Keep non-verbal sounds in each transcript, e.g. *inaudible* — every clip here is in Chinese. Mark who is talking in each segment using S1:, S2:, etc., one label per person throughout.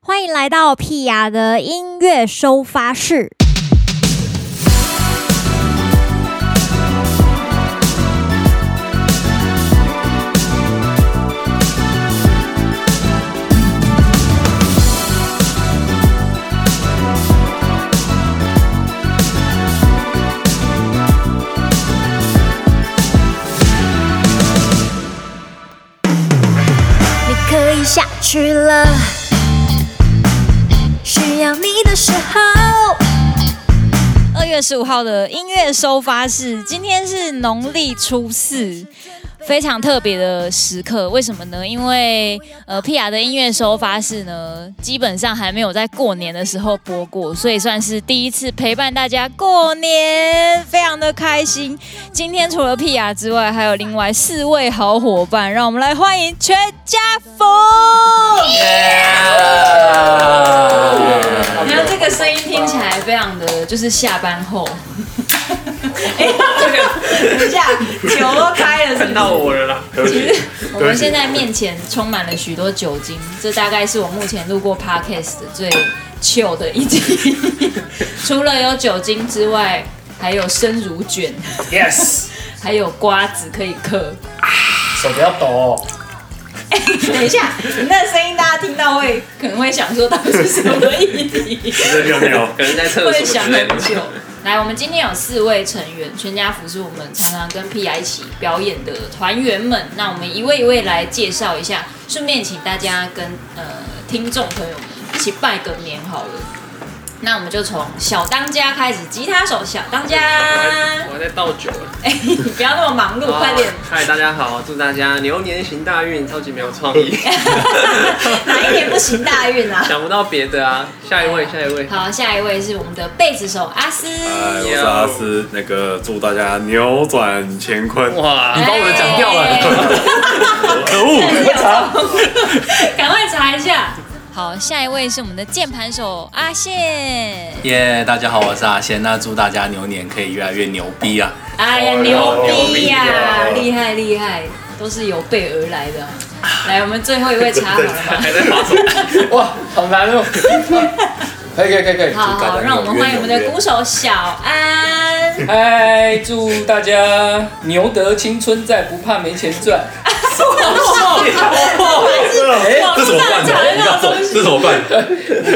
S1: 欢迎来到屁雅的音乐收发室。
S2: 你可以下去了。需要你的时候，
S3: 二月十五号的音乐收发室，今天是农历初四，非常特别的时刻。为什么呢？因为呃，屁雅的音乐收发室呢，基本上还没有在过年的时候播过，所以算是第一次陪伴大家过年，非常的开心。今天除了屁雅之外，还有另外四位好伙伴，让我们来欢迎全家福。
S4: *laughs*
S3: 你看这个声音听起来非常的，就是下班 *laughs* 后。哎等一下，酒都开了，是
S5: 看到
S4: 哦
S5: 我了啦，对不起，
S3: 我们现在面前充满了许多酒精，这大概是我目前录过 podcast 最糗的
S5: *laughs*
S3: 一集。除了有酒精之外，还有生乳卷，
S5: ，yes，
S3: *laughs* 还有瓜子可以嗑。
S5: 手不要抖哦，
S3: 哎等一下，你那声音大家听到会可能会想说到底是什么议题，
S5: 这有没有？
S6: 可能在厕
S3: 会
S6: 所之
S3: 想
S6: 类
S3: 很
S6: 的。
S3: 久。来，我们今天有四位成员，全家福是我们常常跟 P I 一起表演的团员们。那我们一位一位来介绍一下，顺便请大家跟呃听众朋友们一起拜个年好了。那我们就从小当家开始，吉他手小当家。
S6: 我还在倒酒了。
S3: 哎、你不要那么忙
S6: 哦
S3: 碌，快点。 *laughs*
S6: 嗨，大家好，祝大家牛年行大运，超级没有创意，
S3: *laughs* 哪一年不行大运啊？
S6: 想不到别的啊。下一位，下一位。
S3: 好，下一位是我们的贝斯手阿斯。
S4: 嗨，我是阿斯，那个祝大家扭转乾坤。
S6: 哇，你把我的讲掉
S3: 哎
S6: 了。
S4: 可恶！
S3: 赶快查一下。 *laughs* 好，下一位是我们的键盘手阿宪。
S7: 耶大家好，我是阿仙，那祝大家牛年可以越来越牛逼啊！
S3: 哎呀，牛逼呀、厉害厉害，都是有备而来的。来，我们最后一位查好了吗？
S6: 还在
S3: *laughs*
S6: 发出
S5: 哇，好难哦，可以可以可以可以，
S3: 好好，让我们欢迎我们的鼓手小安。 *laughs*
S8: 嗨，祝大家牛得青春在，不怕没钱赚。
S4: 这什么罐头？这什么罐？
S8: 我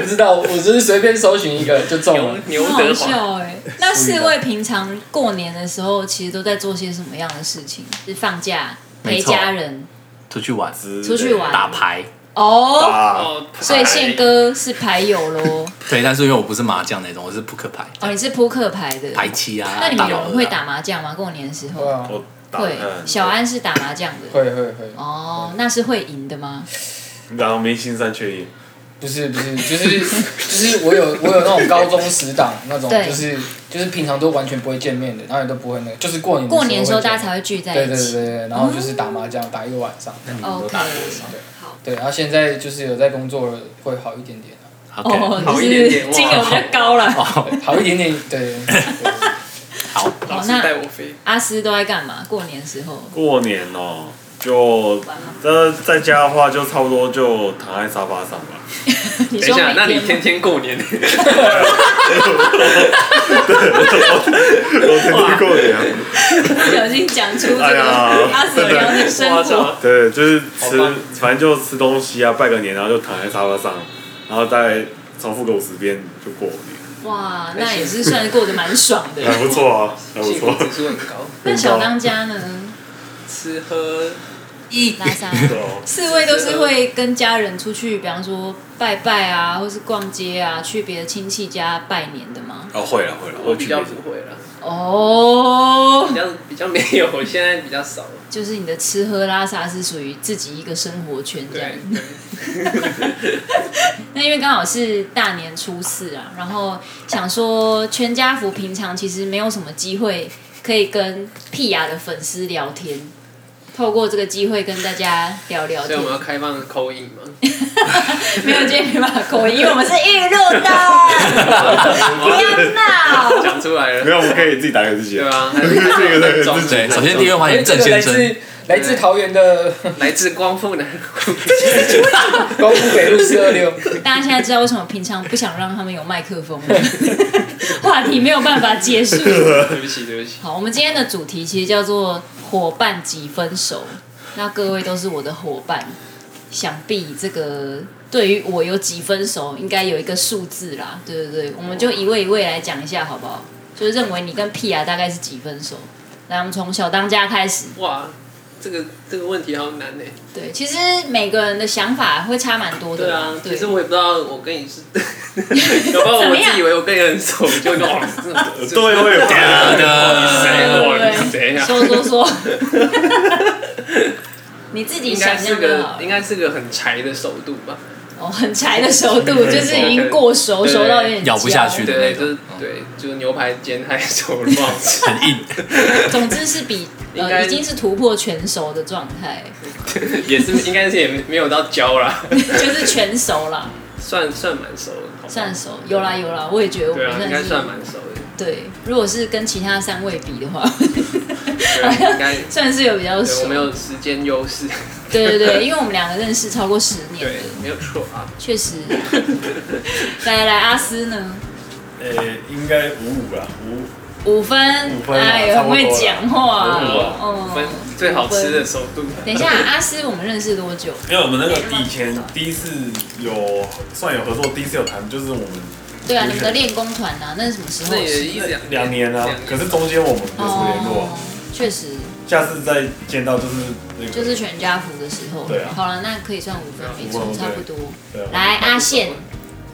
S8: 不知道，我只是随便搜寻一个就中
S6: 牛
S8: 了。
S6: 牛
S3: 好
S6: 德华。
S3: 笑哎、那四位平常过年的时候，其实都在做些什么样的事情？是放假、陪
S7: 没错
S3: 家人、
S7: 出去玩，
S3: 出去玩、
S7: 打牌。
S3: 哦。
S4: 啊！
S6: 哦，
S3: 所以宪哥是牌友喽，
S7: 对，但是因为我不是麻将那种，我是扑克牌、
S3: 哦，你是扑克牌的。
S7: 牌七啊。
S3: 那你们
S7: 大
S3: 有
S7: 老
S3: 人
S7: 二啊
S3: 会？打麻将吗？过年的时
S8: 对
S3: 候
S8: 啊，
S4: 我打
S3: 会，小安是打麻将的。
S8: 会会会，
S3: 哦，那是会赢的吗？
S4: 然后明星三缺一，
S8: 不是不是，就是就是我有我有那种高中死党那种，
S3: 对
S8: 就是就是平常都完全不会见面的，然后也都不会那个，就是过年
S3: 过年的时候
S8: 会见
S3: 大家才会聚在
S8: 对
S3: 一
S8: 对对
S3: 起。
S8: 对，对然后就是打麻将打一个晚上，
S3: OK，
S6: *laughs*
S8: 对，然后现在就是有在工作了，会好一点点啊
S7: OK，
S3: 就
S6: 好一点点
S3: 哦是
S6: 哇
S3: 金
S6: 哦
S3: 额比较高了。
S8: 对好一点点，对，
S7: 好，
S3: 好，
S6: 带
S3: 哦那
S6: 我飞。
S3: 阿斯都在干嘛？过年的时
S6: *laughs*
S3: 候
S4: 过年哦，就
S3: 玩吗？
S4: 这在家的话，就差不多就躺在沙发上吧。
S3: 你
S6: 等一
S3: 说
S6: 下，那
S3: 每
S6: 你天
S3: 天吗？
S6: 天过年，
S4: 我天天过年，啊
S3: *laughs* 不小心讲出这
S4: 哎
S3: 个
S4: 呀
S3: 阿斯的聊天生
S6: 夸
S3: 活。
S6: 张。
S4: 对，就是吃
S8: 好吧，
S4: 反正就吃东西啊，拜个年，然后就躺在沙发上，然后再重复个五十遍就过年，
S3: 哇，那也是算过得蛮爽的。
S4: 还不错啊，还不
S6: 幸福
S4: 错。
S6: 指 *laughs* 数很高，
S3: 那小当家
S6: *laughs*
S3: 呢？
S6: 吃喝
S3: 拉萨。
S4: 对哦
S3: 四位都是会跟家人出去，比方说拜拜啊，或是逛街啊，去别的亲戚家拜年的吗？
S4: 哦，会了会了，
S6: 我比较不会了，
S3: 哦
S6: 比，较比较没有，我现在比较少了。
S3: 就是你的吃喝拉撒是属于自己一个生活圈这样
S6: 对。，
S3: 那因为刚好是大年初四啊，然后想说全家福平常其实没有什么机会可以跟屁雅的粉丝聊天，透过这个机会跟大家聊聊
S6: *laughs* 所以
S3: 天
S6: 我。们要开放口音嘛。
S3: *laughs* 没有今天没办法口音，因为我 *laughs* 们是预录的，不要
S2: *laughs*
S3: 闹。
S6: 讲出来了
S4: 没。有，我们可以自己打给自己
S6: 对
S4: 啊。
S6: 啊，还是
S4: 这个
S6: 这
S4: 对啊
S6: 种
S4: 自己
S7: 对，首先第一位欢迎郑
S8: 这个来
S7: 先
S8: 自
S7: 生，
S8: 来自桃园的
S6: 来自光复南路，
S8: 光复北路四二六，
S3: 大家现在知道为什么平常不想让他们有麦克风
S6: *laughs*
S3: 了，话题没有办法结束。
S6: 对不起，对不起。
S3: 好，我们今天的主题其实叫做“伙伴即分手”，那各位都是我的伙伴，想必这个对于我有几分手，应该有一个数字啦，对不对？我们就一位一位来讲一下，好不好？就是认为你跟屁啊大概是几分手？
S6: 啊
S3: 来，我们从小当家开始。
S6: 哇，这个这个问题好难呢。
S3: 对，其实每个人的想法会差蛮多的
S6: 对
S3: 啦。
S6: 啊，
S3: 对
S6: 其实我也不知道我跟
S3: *laughs*
S6: 你是，搞不好我自以为我跟你很熟，我就搞
S4: 对，啊我也
S7: 好的，
S6: 谁
S3: 对
S6: 我
S3: 对
S6: 谁
S3: *laughs*
S6: 啊？
S3: 说说说，你自己
S6: 应该
S3: 想
S6: 是
S3: 象就
S6: 个
S3: 好。
S6: 应该是个很柴的首度吧？
S3: 哦，很柴的熟度，就是已经过熟，
S6: 对
S3: 熟到有点
S7: 咬不下去
S3: 焦
S7: 的
S6: 对，
S7: 那
S6: 就是
S7: 种，
S6: 对，就是牛排煎太熟了，不好
S7: *laughs*
S6: 吃。
S7: 很硬。
S3: 总之是比
S6: 应该
S3: 呃已经是突破全熟的状态， *laughs*
S6: 也是应该是也没有到焦啦，
S3: 就是全熟啦，
S6: 算算蛮熟的，好吧
S3: 算熟。有啦有啦，我也觉得我
S6: 对
S3: 们
S6: 啊，应
S3: 算
S6: 该
S3: 是
S6: 算蛮熟的，
S3: 对。如果是跟其他三位比的话， *laughs*
S6: 对，啊应该
S3: 算是有比较
S6: 对我
S3: 熟
S6: 们。有时间优势，
S3: 对对对，因为我们两个认识超过十年
S6: 对
S3: 了，，
S6: 没有错啊。
S3: *laughs* 确实。来来，阿斯呢？
S4: 呃，应该五五啦，五
S3: 五分，
S4: 五分啊
S3: 哎
S4: 差
S3: 呦，
S4: 不多
S3: 会
S4: 了
S3: 讲话
S4: 五五
S3: 啊，
S4: 啊
S3: 哦
S6: 分最好吃的首度，
S3: 等一下，阿斯，我们认识多久？
S4: 因为我们那个以前第一次有算有合作，第一次有谈就是我们
S3: 对啊，你们的练功团啊，那是什么时候
S6: 那
S3: 的
S6: 也
S3: 事？
S6: 一两
S4: 两年啊，可是中间我们有什么联络
S3: 哦
S4: 啊？，
S3: 确实，
S4: 下次再见到就是那个
S3: 就是全家福的时候。
S4: 对啊
S3: 好了，那可以算五分，没
S4: 五
S3: 错，
S4: 分
S3: 差不多。
S4: 对啊
S3: 来，阿宪，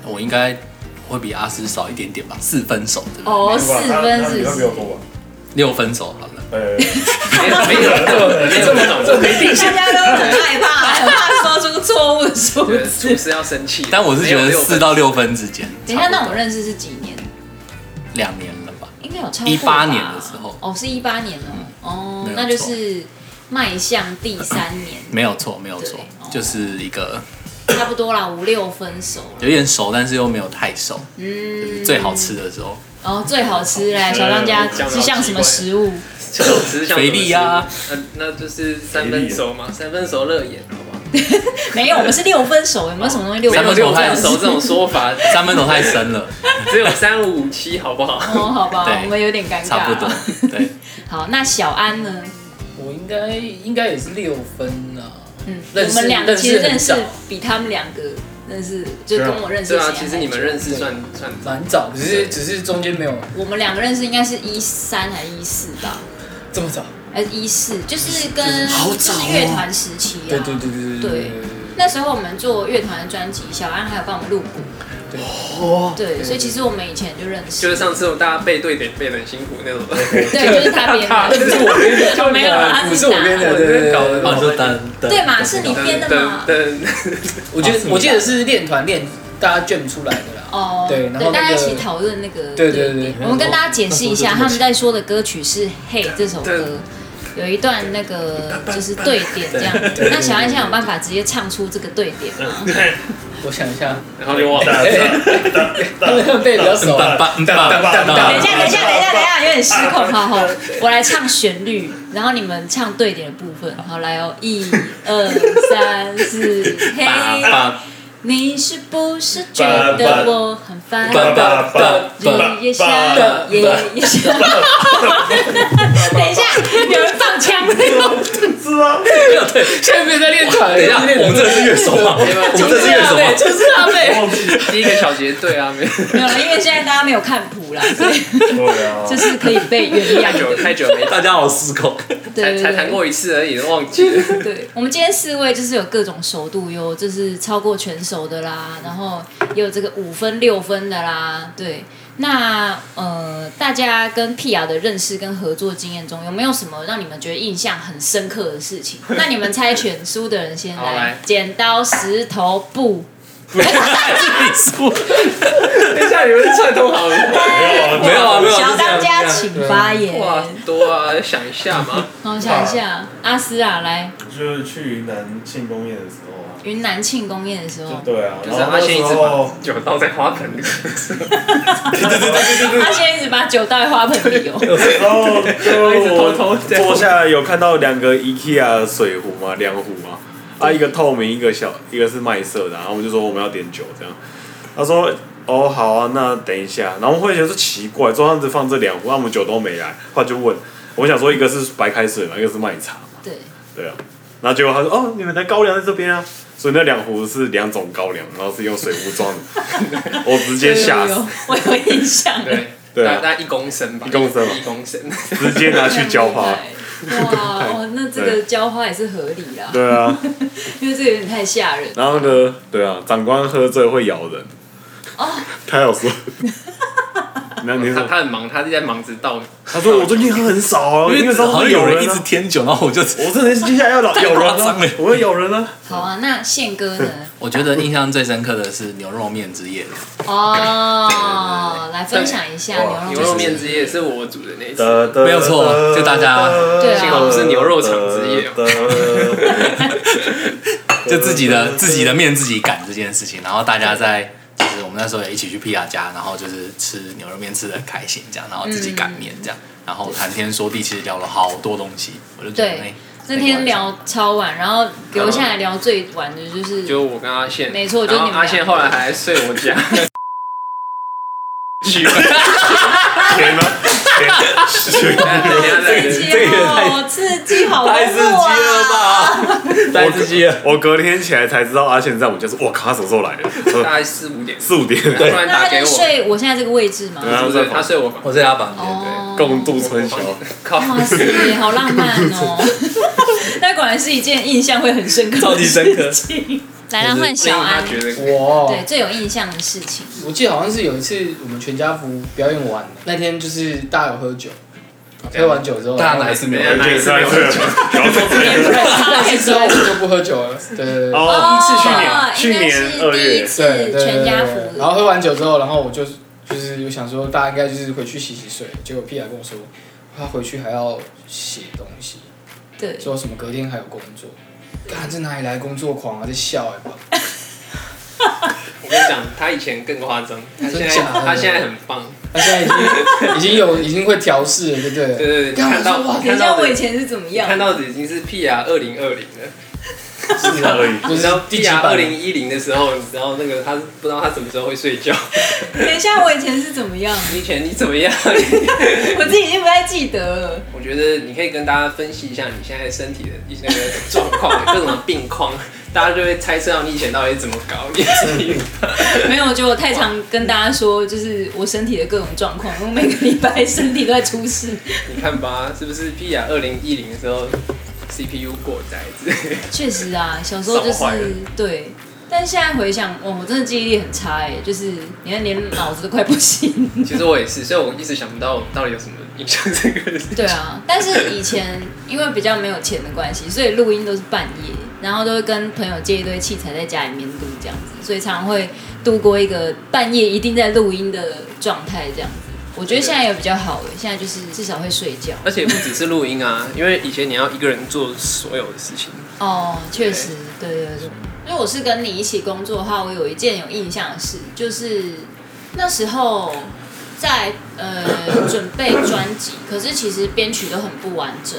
S7: 我应该会比
S6: *laughs*
S7: 阿斯啊少一点点吧，四分手对不对？
S3: 哦，
S4: 对吧
S3: 四
S4: 他
S3: 分
S4: 他
S3: 是
S4: 比
S3: 不
S4: 他比我
S3: 是？
S4: 多吧？
S7: 六分手好了。
S4: 呃，
S6: 没有没有这么懂，这没定性
S3: 大，家都很害怕，很怕说出错误的数
S6: 对，
S3: 字。
S6: 厨师要生气。啊
S7: 但我是觉
S6: 没有
S7: 得
S6: 六
S7: 四
S6: 分
S7: 到六分之间。
S3: 等一下，
S7: 差不多
S3: 那我们认识是几年？
S7: 两年了吧？
S3: 应该有超过吧
S7: 18年的时候
S3: 哦，是一八年哦，哦
S7: 没，有
S3: 那就是迈向第三年，
S7: 没有错，没有错
S3: 对哦，
S7: 就是一个
S3: 差不多啦，五六分熟了。
S7: 有点熟，但是又没有太熟。
S3: 嗯，
S7: 最好吃的时候，
S3: 然后最好吃嘞，小当家
S6: 讲得
S3: 是像什么
S6: 好奇怪
S3: 食物？
S6: 小吃像
S7: 肥力啊
S6: 什么食物，那那就是三分熟嘛，三分熟乐眼，好不好？
S3: 没有，我们是六分熟，有没有什么东西六
S7: 三
S3: 分
S7: 分熟
S6: 六
S3: 熟这样
S6: 分
S3: 子？
S6: 熟这种说法，
S7: *laughs* 三分熟太深了，
S6: 只有三五七，好不好？
S3: 哦，好吧，
S7: 对
S3: 我们有点尴尬。
S7: 差不多。
S3: 啊
S7: 对，
S3: 好，那小安呢？
S8: 我应该应该也是六分啊。
S3: 嗯，
S8: 认识
S3: 我们两
S8: 认识
S3: 其实
S8: 很
S3: 认识
S8: 早
S3: 比他们两个认识，就跟我认识
S6: 对
S3: 谁还
S6: 啊，
S3: 久。
S6: 其实你们认识算算
S8: 蛮早，只是只是中间没有
S3: 我们两个认识应该是一三还是一四吧？
S8: 这么早。
S3: 还是一四，就是跟就是乐团时期啊。
S8: 对对对对对
S3: 对那时候我们做乐团的专辑，小安还有帮我们录鼓。
S8: 对哦
S3: 对，所以其实我们以前就认识。
S6: 就是上次我大家背对得背得很辛苦那种， *laughs*
S3: 对，就是他编
S8: 那不
S3: 的。
S8: 是我编的，
S3: 哦没有啊
S8: 不是我编的，对对对对 *laughs*
S7: 哦，你
S8: 对。
S7: 说单单
S3: 对嘛，是你编的嘛？
S6: 噔
S4: *laughs*
S8: 我觉得我记得是练团练大家卷出来的啦。
S3: 哦，
S8: 对然后
S3: 大
S8: 那
S3: 家一
S8: 个
S3: 起讨论那个
S8: 对对对
S3: 点
S8: 对
S3: 我们跟大家解释一下，他们在说的歌曲是《嘿》这首歌，有一段那个就是对点这样。那小安现在有办法直接唱出这个对点
S4: 嗯
S3: 吗？
S8: 我想一下，
S6: 然后就忘了。
S8: *laughs* 他们背比较熟
S7: 棒
S8: 啊。
S7: 棒棒
S3: 等
S7: 棒
S3: 一
S7: 棒，
S3: 下，等一下，等一下，等一下，有点失控。好好，我来唱旋律，然后你们唱对点的部分。好，来哦，一、二、三、四，嘿，
S7: 棒
S3: 你是不是觉得我很烦？
S7: 棒棒棒棒，
S3: 也想，也也想。等一下，有人放枪了。
S8: 现在没有在练团，
S7: 等一下，我们真的是乐手吗？我们真的是乐手吗？
S8: 就是阿妹。
S6: 哎第一个小节对啊，
S4: *laughs*
S6: 没有
S3: 没有了，因为现在大家没有看谱啦，所以
S4: 对啊，
S3: 这是可以被原谅
S6: *laughs* 太久
S3: 的。
S6: 太久没
S7: 大家好失控，
S6: 才
S3: 对
S6: 才
S3: 对
S6: 谈
S3: 对。
S6: 过一次而已，都忘记了。
S3: *laughs* 对，我们今天四位就是有各种熟度，有就是超过全熟的啦，然后也有这个五分六分的啦。对，那呃，大家跟 p 雅的认识跟合作经验中，有没有什么让你们觉得印象很深刻的事情？那你们猜拳输的人先
S6: 好
S3: 来
S6: 来，
S3: 剪刀石头布。
S7: 你输
S6: 等一下你们串通
S4: *laughs*
S6: 好了，
S7: 没有
S6: 哦
S7: 啊没有啊，
S3: 小
S7: 就这
S3: 当
S7: 样
S3: 家请发言。
S6: 哇，多啊，想一下嘛。
S3: 那我想一下，阿斯啊，来，
S4: 就是去云南庆功宴的时候啊，
S9: 云南庆功宴的时候，
S4: 对啊，
S6: 就是
S4: 然后
S6: 阿
S4: 那
S6: 仙一
S4: 时
S6: 直
S4: 候
S6: 把酒倒在花盆里，
S3: 他现在一直把酒倒在花盆里哦。
S4: 然后
S6: 一直偷偷
S4: 就
S6: 这样
S4: 坐下来有看到两个 IKEA 的水壶嘛，两壶嘛，啊，一个透明，一个小，一个是麦色的啊，然后我们就说我们要点酒这样，他说哦好啊，那等一下，然后我们会觉得说奇怪，桌上只放这两壶，那我们酒都没来，他就问，我想说一个是白开水嘛，一个是麦茶嘛，
S9: 对，
S4: 对啊，然后结果他说哦，你们的高粱在这边啊。所以那两壶是两种高粱，然后是用水壶装的，
S6: *laughs*
S4: 我直接吓死，
S3: 我有印象。
S6: 对，
S4: 对
S6: 大
S4: 啊
S6: 大概一公升吧，
S4: 一公升吧
S6: 一公升，
S4: 直接拿去浇 *laughs* 花。
S3: 哇，哦，那这个浇花也是合理啦，
S4: 对啊，
S3: 因为这个有点太吓人。
S4: 然后呢，对啊，长官喝醉会咬人。
S3: 哦
S4: *laughs* 他有说。那你
S6: 他
S4: 说，
S6: 他很忙，他就在忙着倒，
S4: 他说我最近喝很少啊，因为
S7: 好像有人一直
S4: 啊，
S7: 添酒，然后我就
S4: 我真的是接下来要咬咬人
S7: 太夸张了
S4: 啊，我会咬人啊。
S3: 好啊，那宪哥呢？
S7: 我觉得印象最深刻的是牛肉面之
S4: *laughs*
S7: 夜，
S3: 哦，来分享一下
S4: 哇
S3: 牛
S6: 牛
S3: 肉
S6: 肉
S3: 面。
S6: 面之夜是我煮的那一次，
S4: 啊得
S7: *laughs*
S4: 得
S7: 没有错
S4: 得
S7: 就大家
S4: 得
S3: 对啊
S6: 幸好不是牛肉厂之
S7: *laughs*
S6: 夜哦，
S4: 得得
S7: 就自己的自己的面自己擀这件事情，然后大家在就是我们那时候也一起去皮亚家，然后就是吃牛肉面吃的开心这样，然后自己擀面这样，
S4: 嗯
S7: 然后谈天说地，其实聊了好多东西，我就觉得
S3: 对
S7: 哎
S3: 那天聊超晚，然后留下来聊最晚的就是哦
S6: 就我跟阿宪，
S3: 没错就是
S6: 然后
S3: 你们
S6: 阿宪
S3: 两个
S6: 后来还睡我家， *laughs*
S3: *laughs*
S6: 去，
S4: 甜啊甜甜
S6: 等一下再跟
S3: 这个也太刺激，好啊太刺激了吧！
S7: *laughs*
S6: 再自己，
S4: 我隔天起来才知道阿宪在我们家说，我靠，他什么时候来的？我
S6: 大
S4: 说
S6: 概四五点，
S4: 四五点，
S6: 突
S3: 那
S6: 然打
S3: 他
S6: 给
S3: 就
S6: 我，
S3: 睡我现在这个位置嘛。
S4: 然
S6: 不
S4: 后
S6: 是
S4: 在
S6: 他
S4: 房
S6: 睡我房，
S8: 哦
S7: 我在他房间，对，
S3: 哦，
S4: 共度春宵。
S6: 靠，
S3: 哇塞，好浪漫哦！那果然是一件印象会很深刻，
S7: 超级深刻。
S9: 来
S3: 啊
S9: 让换小
S6: 让
S9: 安
S6: 他，觉得
S8: 哇，
S3: 对，最有印象的事情。
S8: 哦我记得好像是有一次我们全家福表演完那天，就是大家有喝酒，喝完酒之后，
S7: 大家哪一次没有？
S6: 哪一次没有
S4: 对然后说
S3: *laughs* 哦
S6: 哦
S4: 这个
S8: 那次之后我就不喝酒了，对对对对。
S4: 哦，
S3: 哦
S4: 去年
S3: 应该是
S4: 去年二
S3: 第
S4: 月
S3: 一次
S8: 对对对
S3: 全家
S8: 对对
S3: 福，
S8: 然后喝完酒之后，然后我就就是有想说，大家应该就是回去洗洗睡。结果屁孩跟我说，他回去还要写东西，
S3: 对，
S8: 说什么隔天还有工作。看这哪里来工作狂啊！在笑哎、吧，
S6: 我跟你讲，他以前更夸张，他现在
S8: 真假的
S6: 他现在很棒，
S8: 他现在已经已经有已经会调试了，对不对？
S6: 对对对，
S8: 干嘛
S6: 看到
S8: 说哇
S3: 等
S6: 看
S3: 一下
S6: 到
S3: 啊我以
S6: 的
S3: 前是怎么样？
S6: 看到的已经是 PR 二零二零了。
S8: 是的
S4: 而已
S8: 就
S6: 你知
S8: 是
S6: 道
S8: 第几
S6: PR 二
S8: 版？
S6: 零一零的时候，你知道那个他不知道他什么时候会睡
S8: *laughs*
S6: 觉。
S3: 等一下我以前是怎么样？
S6: 以前你怎么样？
S3: 我自己已经不太记得了。
S6: 我觉得你可以跟大家分析一下你现在身体的一些那个状况，各种病况，
S3: *laughs*
S6: 大家就会猜测到你以前到底怎么搞。你自
S3: *laughs*
S6: 己
S3: 没有，我觉得我太常跟大家说，就是我身体的各种状况，我每个礼拜身体都在出
S6: *laughs*
S3: 事。
S6: 你看吧，是不是 PR 二零一零的时候 CPU 过载之类的？
S3: 确实啊，小时候就是
S6: 烧坏了
S3: 对，但现在回想，哇，我真的记忆力很差哎、就是你看连脑子都快不行。
S6: 其实我也是，所以我一直想不到我到底有什么影响这个人。
S3: 对啊，但是以前因为比较没有钱的关系，所以录音都是半夜，然后都会跟朋友借一堆器材在家里面录这样子，所以常常会度过一个半夜一定在录音的状态这样子。我觉得现在也比较好哎、现在就是至少会睡觉。
S6: 而且不只是录音啊，因为以前你要一个人做所有的事情，
S3: 哦，确实，对对对。因为我是跟你一起工作的话，我有一件有印象的事，就是那时候在呃准备专辑，可是其实编曲都很不完整。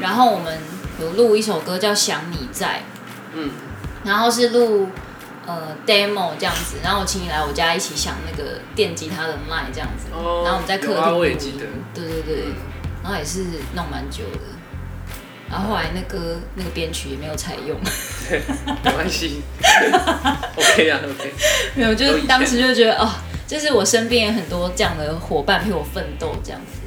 S3: 然后我们有录一首歌叫《想你在》，
S6: 嗯，
S3: 然后是录呃 demo 这样子，然后我请你来我家一起想那个电吉他的麦这样子，
S6: 哦
S3: 然后我们在客
S6: 有啊
S3: 厅录
S6: 我也
S3: 音
S6: 记得嗯
S3: 对对对，然后也是弄蛮久的。然后后来那歌那个编曲也没有采
S6: *laughs*
S3: 用，
S6: 对，没
S3: *laughs*
S6: 关系，OK 啊，OK。
S3: 没有，就
S6: 都以
S3: 是
S6: 前
S3: 当时就觉得哦，就是我身边也很多这样的伙伴陪我奋斗这样子。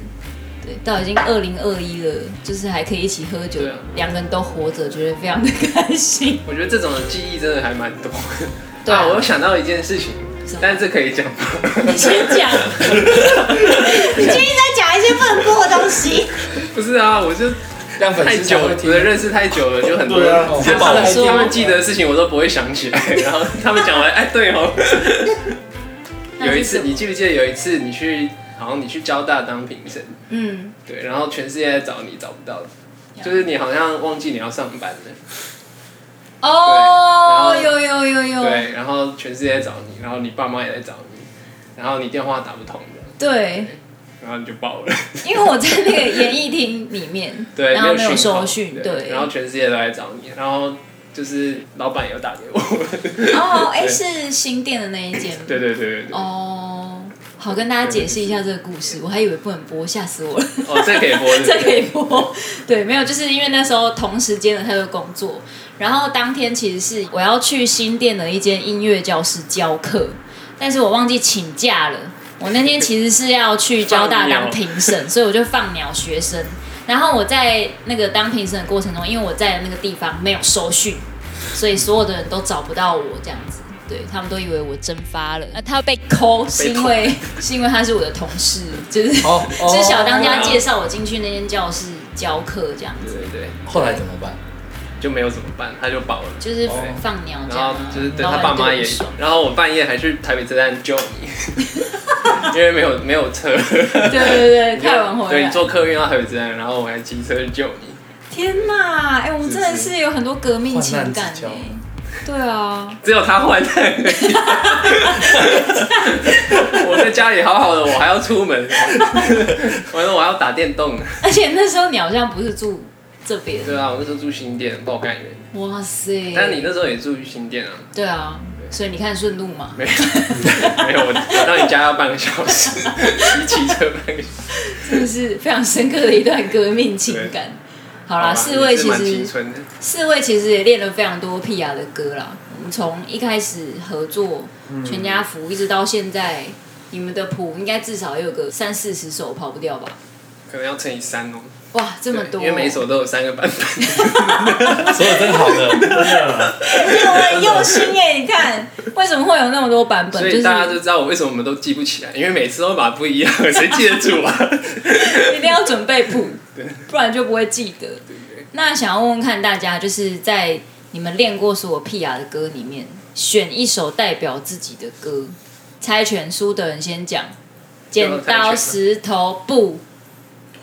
S3: 对，到已经二零二一了，就是还可以一起喝酒
S6: 对啊，
S3: 两、个人都活着，觉得非常的开心。
S6: 我觉得这种的记忆真的还蛮多。
S3: 对啊
S6: 我又想到一件事情
S3: 什么，
S6: 但是这可以讲吗。
S3: *laughs*
S6: *laughs*
S3: 你先讲，你最近在讲一些不能播的东西。
S6: 不是啊，我就
S8: 让粉
S6: 太
S8: 丝
S6: 久
S8: 才会
S6: 了，
S8: 听
S6: 我的认识太久了，就很多
S4: 对啊
S8: 哦
S6: 就他们
S8: 说
S6: 他们记得的事情我都不会想起来，然后他们讲完，哎，
S3: *laughs*
S6: 对哦。有一次，你记不记得有一次你去，好像你去交大当评审，
S3: 嗯，
S6: 对，然后全世界在找你找不到，就是你好像忘记你要上班了。
S3: 哦，
S6: 对然
S3: 有有有有，
S6: 对，然后全世界在找你，然后你爸妈也在找你，然后你电话打不通的，
S3: 对，
S6: 然后你就爆
S3: *laughs*
S6: 了。
S3: 因为我在那个演艺厅里面，
S6: *laughs* 对，
S3: 然后没有
S6: 讯号
S3: 收讯，对，
S6: 然后全世界都来找你，然后就是老板也有打给我， *laughs*
S3: 哦，哎，是新店的那一间吗，
S6: 对对对对对，哦，
S3: 哦，好，跟大家解释一下这个故事，我还以为不能播，吓死我了。
S6: 哦这可以
S3: *laughs*
S6: 播，
S3: 这可以播。对，没有，就是因为那时候同时间的太多工作，然后当天其实是我要去新店的一间音乐教室教课，但是我忘记请假了。我那天其实是要去交大当评审，所以我就放鸟学生。然后我在那个当评审的过程中，因为我在那个地方没有收讯，所以所有的人都找不到我这样子。对他们都以为我蒸发了，那他被抠是因为 *laughs* 是因为他是我的同事，就是、
S7: 哦哦
S3: 是小当家介绍我进去那间教室教课这样
S6: 对
S3: 子，
S6: 对对，
S7: 后来怎么办？
S6: 就没有怎么办，他就爆了。
S3: 就是放鸟这
S6: 哦然
S3: 样
S6: 后
S3: 啊。
S6: 就是对
S3: 老
S6: 他
S3: 板
S6: 爸妈
S3: 对我
S6: 也 *laughs*
S3: 爽，
S6: 然后我半夜还去台北车站救你， *laughs* 因为没有没有车，
S3: 对对对，太晚回
S6: 对
S3: 来
S6: 你。坐客运到台北车站，然后我还骑车去救你，
S3: 天哪，哎、我们真的是有很多革命情
S7: 患
S3: 感
S7: 难之
S3: 哎、
S7: 交
S3: 对啊， *laughs*
S6: 只有他换代而已。我在家里好好的，我还要出门，完了我还要打电动。
S3: 而且那时候你好像不是住这边，
S6: 对啊，我那时候住新店，爆干员。
S3: 哇塞，
S6: 但你那时候也住新店啊？
S3: 对啊，所以你看顺路嘛， *laughs*
S6: 没有， *laughs* 没有，我我到你家要半个小时，骑骑车半个小时。
S3: 真的是非常深刻的一段革命情感。好啦，
S6: 吧
S3: 啊四位
S6: 也是
S3: 其
S6: 蛮青
S3: 实
S6: 春的，
S3: 四位其实也练了非常多 p 雅的歌啦。我们从一开始合作全家福，一直到现在，你们的谱应该至少也有个三四十首跑不掉吧？
S6: 可能要乘以三哦。
S3: 哇，这么
S6: 对
S3: 多！
S6: 因为每一首都有三个版本。
S7: 所有真好
S4: *laughs*
S7: 的，
S3: 我 *laughs* 很用心哎、你看为什么会有那么多版本？
S6: 所
S3: 就
S6: 以
S3: 是
S6: 大家就知道我为什么我们都记不起来，因为每次都把不一样，谁记得住啊？
S3: *laughs* 一定要准备谱，不然就不会记得。那想要问问看大家，就是在你们练过所有 P R 的歌里面，选一首代表自己的歌。猜拳输的人先讲，剪刀石头布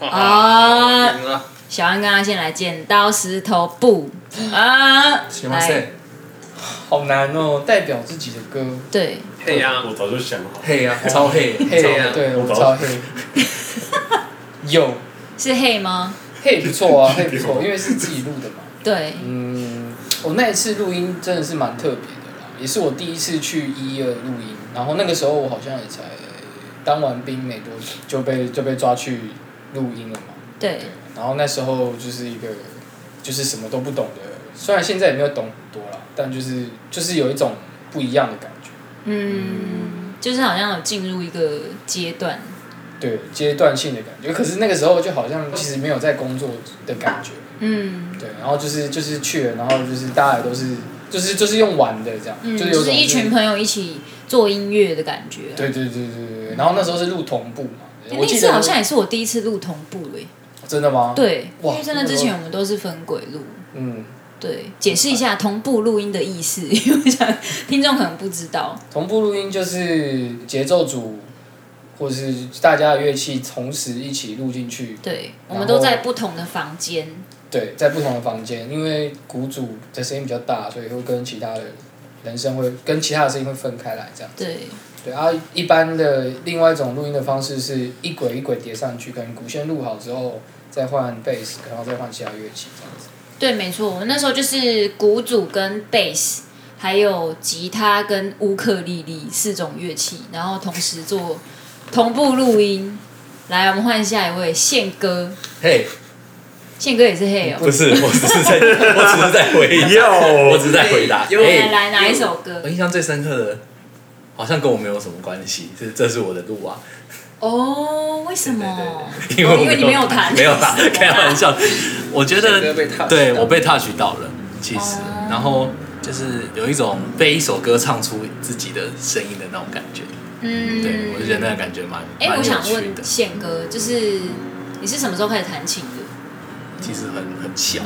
S3: 啊！
S6: 赢了，
S3: 小安跟他先来，剪刀石头布啊！
S7: 行吗？
S3: 来，
S7: 谁？
S8: 好难哦，代表自己的歌，
S3: 对，
S6: 对呀，
S4: 我早就想好， *laughs*
S7: 嘿呀，超嘿，
S8: 嘿
S6: 对啊，
S8: 对我
S4: 我
S8: 超
S4: 找
S8: 嘿，有
S3: 是嘿吗？
S8: 嘿不错啊，嘿不错，因为是自己录的嘛。
S3: 对，
S8: 嗯，我那一次录音真的是蛮特别的啦，也是我第一次去一二录音，然后那个时候我好像也才当完兵没多久就被就被抓去录音了嘛。
S3: 对，
S8: 然后那时候就是一个就是什么都不懂的，虽然现在也没有懂很多啦，但就是就是有一种不一样的感觉。
S3: 嗯，就是好像有进入一个阶段，
S8: 对阶段性的感觉，可是那个时候就好像其实没有在工作的感觉，
S3: 嗯。
S8: 对，然后就是就是去了，然后就是大家也都是就是就是用玩的这样，
S3: 嗯，
S8: 就是
S3: 就
S8: 有种
S3: 是一群朋友一起做音乐的感觉、啊。
S8: 对对对对对对，然后那时候是录同步嘛，
S3: 欸，
S8: 我
S3: 那
S8: 记
S3: 次
S8: 得
S3: 好像也是我第一次录同步诶、
S8: 真的吗？，
S3: 对，因
S8: 哇
S3: 为在那之前我们都是分轨录。
S8: 嗯，
S3: 对，解释一下同步录音的意思， *laughs* 因为我想听众可能不知道。
S8: 同步录音就是节奏组或是大家的乐器同时一起录进去，
S3: 对，
S8: 后
S3: 我们都在不同的房间。
S8: 对，在不同的房间，因为鼓组的声音比较大，所以会跟其他的人声会跟其他的声音会分开来这样。
S3: 对，
S8: 对啊，一般的另外一种录音的方式是一轨一轨叠上去，可能鼓先录好之后再换贝斯，然后再换其他乐器这样子。
S3: 对，没错，我们那时候就是鼓组跟贝斯，还有吉他跟乌克丽丽四种乐器，然后同时做同步录音。来，我们换下一位宪哥，
S7: 嘿，
S3: 宪哥也是黑哦、
S7: 不是，我只是
S4: *laughs*
S7: 在，我只是在回应，我只是在回答。
S6: 有
S3: 来
S7: 嘿，哎
S3: 来哪一首歌
S7: 我？印象最深刻的，好像跟我没有什么关系，这这是我的路啊，
S3: 哦，为什么？
S7: 因为我
S3: 哦因为你没有弹，
S7: 没有
S3: *laughs*
S7: 弹， *laughs* 开玩笑。我觉得
S6: 这歌被 touch
S7: 对
S6: 到
S7: 我被 touch 到了，其实
S3: 哦，
S7: 然后就是有一种被一首歌唱出自己的声音的那种感觉，
S3: 嗯，
S7: 对我就觉得那个感觉蛮
S3: 哎、我
S7: 蛮有
S3: 想
S7: 趣的
S3: 问，宪哥，就是你是什么时候开始弹琴的？
S7: 其实很很小，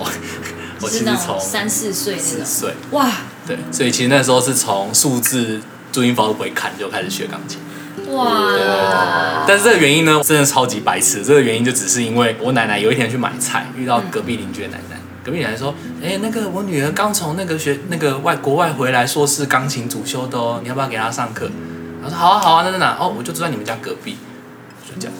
S3: 就
S7: 我其
S3: 是
S7: 实
S3: 那种
S7: 从
S3: 三四岁那
S7: 四
S3: 种。
S7: 岁，
S3: 哇
S7: 对，所以其实那时候是从数字注音符号不看就开始学钢琴。
S3: 哇！
S7: 但是这个原因呢，真的超级白痴。这个原因就只是因为我奶奶有一天去买菜，遇到隔壁邻居的奶奶，隔壁来说，哎、那个我女儿刚从那个学那个外国外回来，说是钢琴主修的哦，你要不要给她上课？然后说好啊好啊，那在哪？哦，我就住在你们家隔壁，就这样。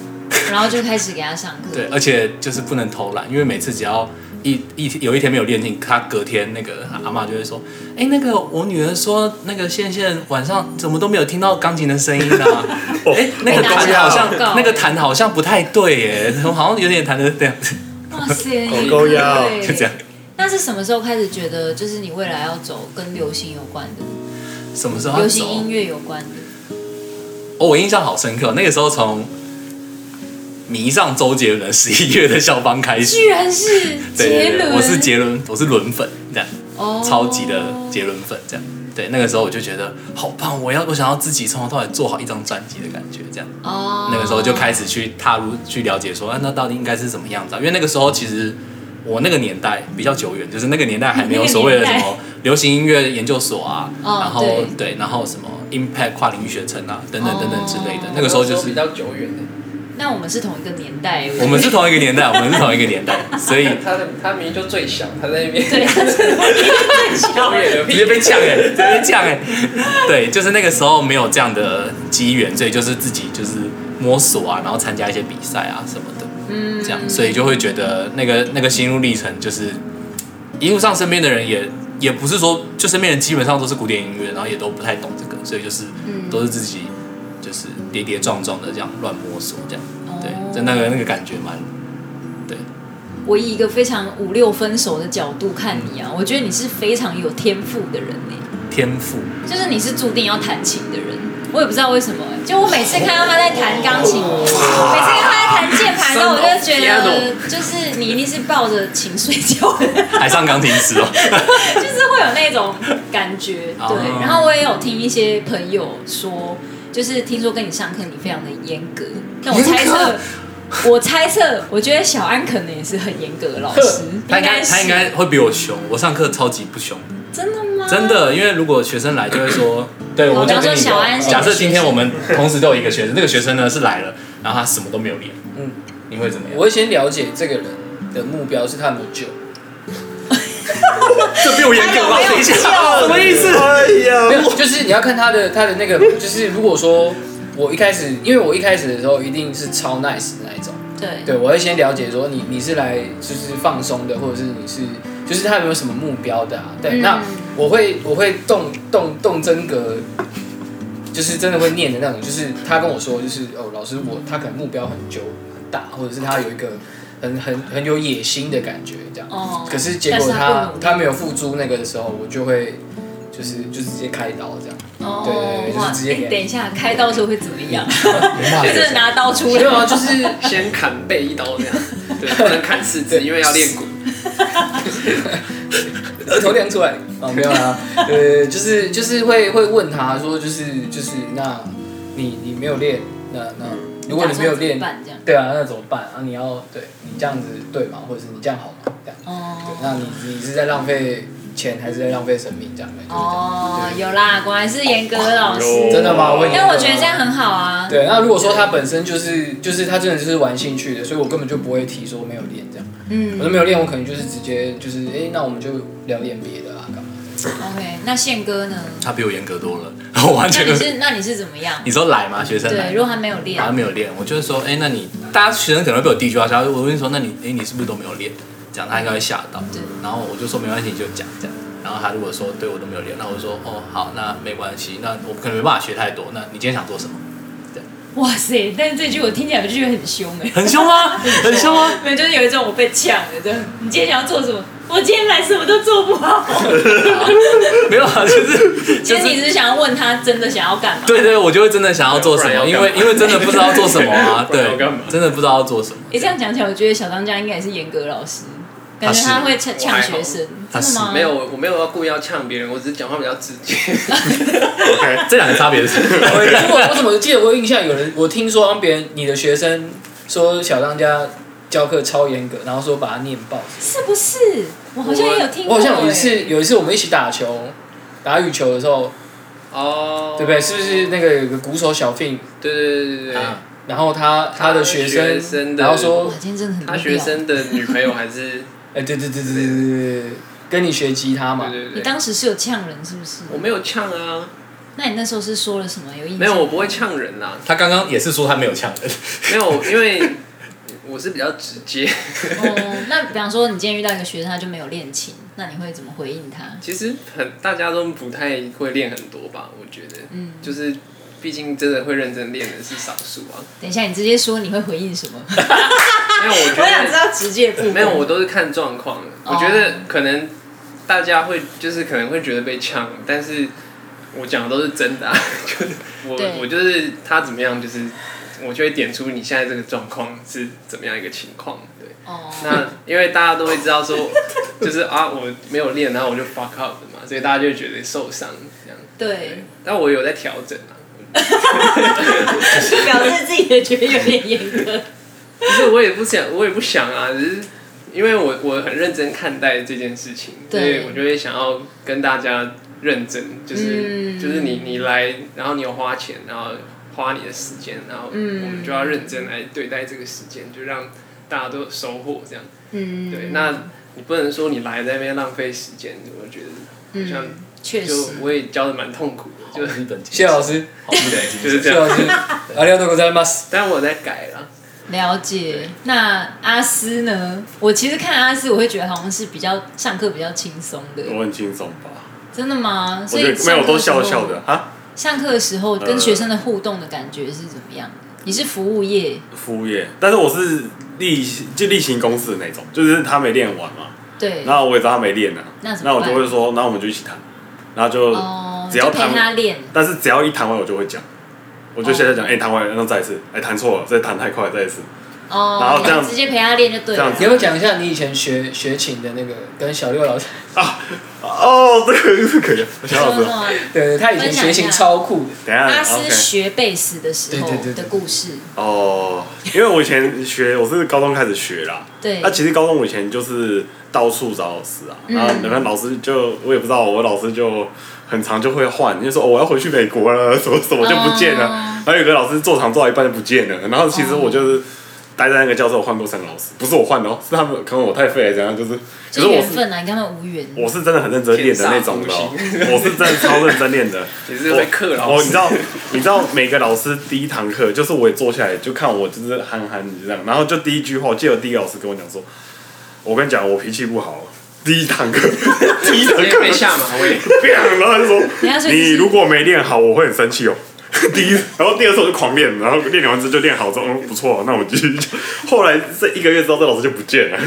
S3: 然后就开始给他上课。
S7: 对，而且就是不能偷懒，因为每次只要一一有一天没有练进，他隔天那个阿嬷就会说：“哎、那个我女儿说那个线线晚上怎么都没有听到钢琴的声音啊？
S3: 哦
S7: 哎、那个
S3: 被
S7: 弹
S3: 打
S7: 好像
S3: 广告
S7: 那个弹好像不太对耶， *laughs* 怎么好像有点弹的这样子，
S3: 哇塞，
S4: 狗狗腰
S3: 对
S7: 就这样。
S3: 那是什么时候开始觉得，就是你未来要走跟流行有关的，
S7: 什么时候要
S3: 流行
S7: 走
S3: 音？乐有关的？
S7: 哦，我印象好深刻，那个时候从迷上周杰伦十一月的校方开始，
S3: 居然是杰
S7: 对对
S3: 伦，
S7: 对，我是杰伦，我是伦粉这样。”
S3: 哦
S7: 超级的杰伦粉这样。对，那个时候我就觉得好棒，我要我想要自己从头到尾做好一张专辑的感觉，这样。
S3: 哦，
S7: 那个时候就开始去踏入去了解说，啊，那到底应该是什么样子、啊？因为那个时候其实我那个年代比较久远，就是那个年代还没有所谓的什
S3: *laughs*
S7: 么流行音乐研究所啊，
S3: 哦
S7: 然后对，然后什么 Impact 跨领域学程啊，等等等等之类的。
S3: 哦
S7: 那个时候就
S6: 比
S7: 是
S6: 较久远的，
S3: 那我们是同一个年代，
S7: 我们是同一个年代，我们是同一个年代，所以
S6: 他的他明明就最小，他在那边 *laughs*
S3: 对，他是最小
S6: 后面有
S7: 直接被呛哎、
S6: 欸
S3: *laughs*
S7: 直接被呛哎、对，就是那个时候没有这样的机缘，所以就是自己就是摸索啊，然后参加一些比赛啊什么的，嗯，这样，所以就会觉得那个那个心路历程，就是一路上身边的人也也不是说，就身边人基本上都是古典音乐，然后也都不太懂这个，所以就是都是自己就是跌跌撞撞的这样乱摸索这样，对，就那个那个感觉蛮，对，
S3: 我以一个非常五六分熟的角度看你啊，我觉得你是非常有天赋的人呢、
S7: 天赋，
S3: 就是你是注定要弹琴的人。我也不知道为什么、欸就我每次看到他在弹钢琴，
S7: 哦
S3: 每次看到他在弹键盘，那我就觉得，就是你一定是抱着琴睡觉的， *laughs*
S7: 还上钢琴 *laughs* 师哦，
S3: 就是会有那种感觉。
S7: 哦
S3: 对，然后我也有听一些朋友说，就是听说跟你上课你非常的严格，但我猜测。我猜测，我觉得小安可能也是很严格的老师，
S7: *laughs* 他应该
S3: 是
S7: 他应该会比我凶，我上课超级不凶。
S3: 真的吗？
S7: 真的，因为如果学生来就会说，对我就
S3: 假
S7: 跟
S3: 设
S7: 你
S3: 小
S7: 说
S3: 安是你的
S7: 假设今
S3: 学
S7: 天
S3: 生
S7: 我们同时都有一个学生，那个学生呢是来了，然后他什么都没有练，
S8: 嗯，
S7: 你会怎么样？
S8: 我会先了解这个人的目标是他有没有救，
S7: 这比我严格吧？等一下，什么意思？
S8: *laughs*
S4: 哎
S8: 没
S4: 呀，
S8: 有，就是你要看他的他的那个，就是如果说我一开始，因为我一开始的时候一定是超 nice 的那一种，
S3: 对
S8: 对，我会先了解说你你是来就是放松的，或者是你是就是他有没有什么目标的啊？对，
S3: 嗯
S8: 那我会我会动动动真格，就是真的会念的那种，就是他跟我说就是哦，老师我他可能目标很久很大，或者是他有一个很很很有野心的感觉这样。
S3: 哦
S8: 可是结
S3: 但
S8: 果
S3: 是他
S8: 他
S3: 不努力
S8: 他没有付诸那个的时候，我就会就是就直接开刀
S3: *laughs*
S8: 这样。
S3: 哦
S8: 对对对就是
S3: 哇
S8: 直接给
S3: 哎等一下，开刀的时候会怎么
S8: *laughs*
S3: 样？ *laughs* 就
S7: 学
S3: 是拿刀出
S8: 没有啊，
S3: 来，
S8: 就是
S6: 先砍背一刀这样，对，不能砍四肢，因为要练骨。
S8: 额 *laughs* 头亮出来啊，没有啦， *laughs* 呃，就是就是会会问他说，就是就是那你你没有练，那那如果你没有练
S3: 打算怎么办这样，
S8: 对啊，那怎么办啊？你要对你这样子对吗？或者是你这样好吗？这样，对
S3: 哦，
S8: 那你你是在浪费钱还是在浪费生命？这样就是这样
S3: 哦，有啦，果然是严格的老师
S4: 有。
S8: 哦真的吗？我会
S3: 但我觉得这样很好啊。
S8: 对，那如果说他本身就是就是他真的就是玩兴趣的，所以我根本就不会提说没有练这样，我
S3: 嗯
S8: 说没有练，我可能就是直接就是哎、诶那我们就聊点别的啊，干嘛？
S3: ，OK，那宪哥
S8: *laughs*
S3: 呢？
S7: 他比我严格多了，我完
S3: 那
S7: 全
S3: 你。是那你是怎么
S8: *laughs*
S3: 样？
S7: 你说来吗？学生
S3: 对，
S7: 来
S3: 如。果还没有练
S7: 然，后没有练，我就是说，哎、那你大家学生可能会被我第一句话吓到，我跟你说，那你，哎、你是不是都没有练？这样他应该会吓到。
S3: 对
S7: 然后我就说没关系，你就讲这样。然后他如果说对我都没有练，那我就说哦好，那没关系，那我可能没办法学太多。那你今天想做什么？
S3: 哇塞！但是这句我听起来我就觉得很凶哎，
S7: 很凶吗？很凶吗？
S3: *laughs* 没有，就是有一种我被呛了，真的。你今天想要做什么？我今天来什么都做不
S8: *laughs*
S3: 好。
S7: 没有啊，就是
S3: 其
S7: 就
S3: 实你只
S7: 是。
S3: 是想要问他真的想要干嘛？
S7: 对对，我就会真的想要做什么，因为因为真的不知道做什么啊， *laughs*
S6: 不然要
S7: 对
S6: 干嘛，
S7: 真的不知道要做什么。
S3: 诶，这样讲起来，我觉得小当家应该也是严格老师，感觉他会呛
S6: 我还
S3: 呛
S6: 好
S3: 学生，
S7: 他
S3: 真的吗？
S6: 没有，我没有要故意要呛别人，我只是讲话比较直
S3: *laughs*
S6: 接。
S7: 这两个差别是什么？ *laughs*
S8: 我我怎么记得我有印象有人，我听说好像别人你的学生说小当家教课超严格，然后说把他念爆。
S3: 是不是？我好像也有听
S8: 我
S3: 过、
S8: 好
S3: 欸。
S8: 像有一次有一次我们一起打球，打羽球的时候，
S6: 哦，
S8: 对不对？是不是那个有个鼓手小 Fin，
S6: 对？对对对对，
S8: 啊然后他他的学
S6: 学生的
S8: 然后说
S3: 哇，今天真的很无聊 *laughs*
S6: 他学生的女朋友还是
S8: 哎，对对对对对对对，跟你学吉他嘛，
S6: 对
S3: 你
S6: 对对，
S3: 当时是有呛人是不是？
S6: 我没有呛啊，
S3: 那你那时候是说了什么？有印象？
S6: 没有，我不会呛人啦、
S7: 他刚刚也是说他没有呛人，
S6: 没有，因为我是比较直接。
S3: 哦，那比方说你今天遇到一个学生，他就没有练琴，那你会怎么回应他？
S6: 其实很大家都不太会练很多吧，我觉得，嗯，就是毕竟真的会认真练的是少数
S3: *laughs*
S6: 啊。
S3: 等一下，你直接说你会回应什么？ *laughs*
S6: 没有，我觉
S3: 我想知
S6: 得
S3: 道直接不
S6: 没有，我都是看状况。我觉得可能大家会就是可能会觉得被呛，但是我讲的都是真的、啊， *laughs* 就是
S3: 对
S6: 我我就是他怎么样，就是我就会点出你现在这个状况是怎么样一个情况，对。
S3: 哦，
S6: 那因为大家都会知道说，就是啊，我没有练，然后我就 fuck up 的嘛，所以大家就会觉得受伤这样。
S3: 对，
S6: 但我有在调整啊，
S3: *laughs* 表示自己的觉得有点严格。
S6: 不是我也不想，我也不想啊，只是因为我我很认真看待这件事情，所
S3: 对
S6: 以我就会想要跟大家认真，就是、
S3: 嗯
S6: 就是你你来，然后你有花钱，然后花你的时间，然后我
S3: 嗯
S6: 们就要认真来对待这个时间，就让大家都有收获这样。
S3: 嗯，
S6: 对，那你不能说你来在那边浪费时间，我觉得好像。
S3: 嗯确
S6: 就
S3: 实，
S6: 我也教的蛮痛苦的，就
S4: 哦
S7: 日本
S8: 谢老师，
S6: 对，就是这
S8: 谢老
S6: 样。
S8: 师，阿里亚多ございます。
S6: 但我在改了，
S3: 了解。那阿斯呢？我其实看阿斯，我会觉得好像是比较上课比较轻松的，
S4: 我很轻松吧？
S3: 真的吗？
S4: 我
S3: 所
S4: 觉
S3: 以
S4: 得没
S3: 上
S4: 有，我
S3: 课
S4: 都
S3: 的时候
S4: 笑笑的。呃啊。
S3: 上课的时候跟学生的互动的感觉是怎么样的？你是服务业，
S4: 服务业，但是我是例就例行公事的那种，就是他没练完嘛，
S3: 对，
S4: 然后我也知道他没练呢、啊
S3: 那怎么
S4: 那我
S3: 办
S4: 就会说，那我们就一起谈，然后就
S3: 哦，
S4: 只
S3: 就
S4: 要
S3: 陪
S4: 谈
S3: 他练，
S4: 但是只要一弹完，我就会讲，我就现在讲，
S3: 哦
S4: 哎、弹完了，那再一次，哎、弹错了，再弹太快，再一次，
S3: 哦，
S4: 然后这样
S3: 你直接陪他练就对
S4: 这
S3: 了
S4: 样。
S8: 你要不要讲一下你以前学学琴的那个跟小六老师？
S4: 啊哦，这个是可以，我想老
S3: 说
S4: 师，
S3: 说啊
S8: *laughs* 对对，他以前学琴超酷的。
S4: 等一下
S3: 阿斯
S4: 哎 OK，
S3: 学贝斯的时候
S8: 对对对对
S3: 的故事，
S4: 哦，因为我以前学，我是高中开始学啦，
S3: 对嗯
S4: 那、，其实高中我以前就是到处找老师啊，然后然后老师就我也不知道，我老师就很常就会换，就说、哦、我要回去美国了， *laughs* 什么什么就不见了。
S3: 哦
S4: 然后有个老师做堂做到一半就不见了，然后其实我就是待在那个教室，我换过三个老师，不是我换的哦，是他们可能我太废了，怎样就是，可
S3: 就是是
S4: 我
S3: 缘
S4: 是
S3: 分啊，你跟他们无缘。
S4: 我是真的很认真练的那种的哦、我是真的超认
S6: *laughs*
S4: 真练的。
S6: 也是会克
S4: 我哦
S6: 劳
S4: 我你知道，你知道每个老师第一堂课，就是我也坐下来就看我就是憨憨的这样，然后就第一句话，我记得第一个老师跟我讲说，我跟你讲，我脾气不好，哦第一堂课， *laughs* 第一堂
S6: 被
S4: 课
S6: 被吓马威。
S4: *laughs* 然后他就
S3: 等一下
S4: 说
S3: 所以就是
S4: 你如果没练好，我会很生气哦。 *laughs* 第一，然后第二次我就狂练，然后练完之后就练好之后，嗯，不错，那我继续。后来这一个月之后，这老师就不见了。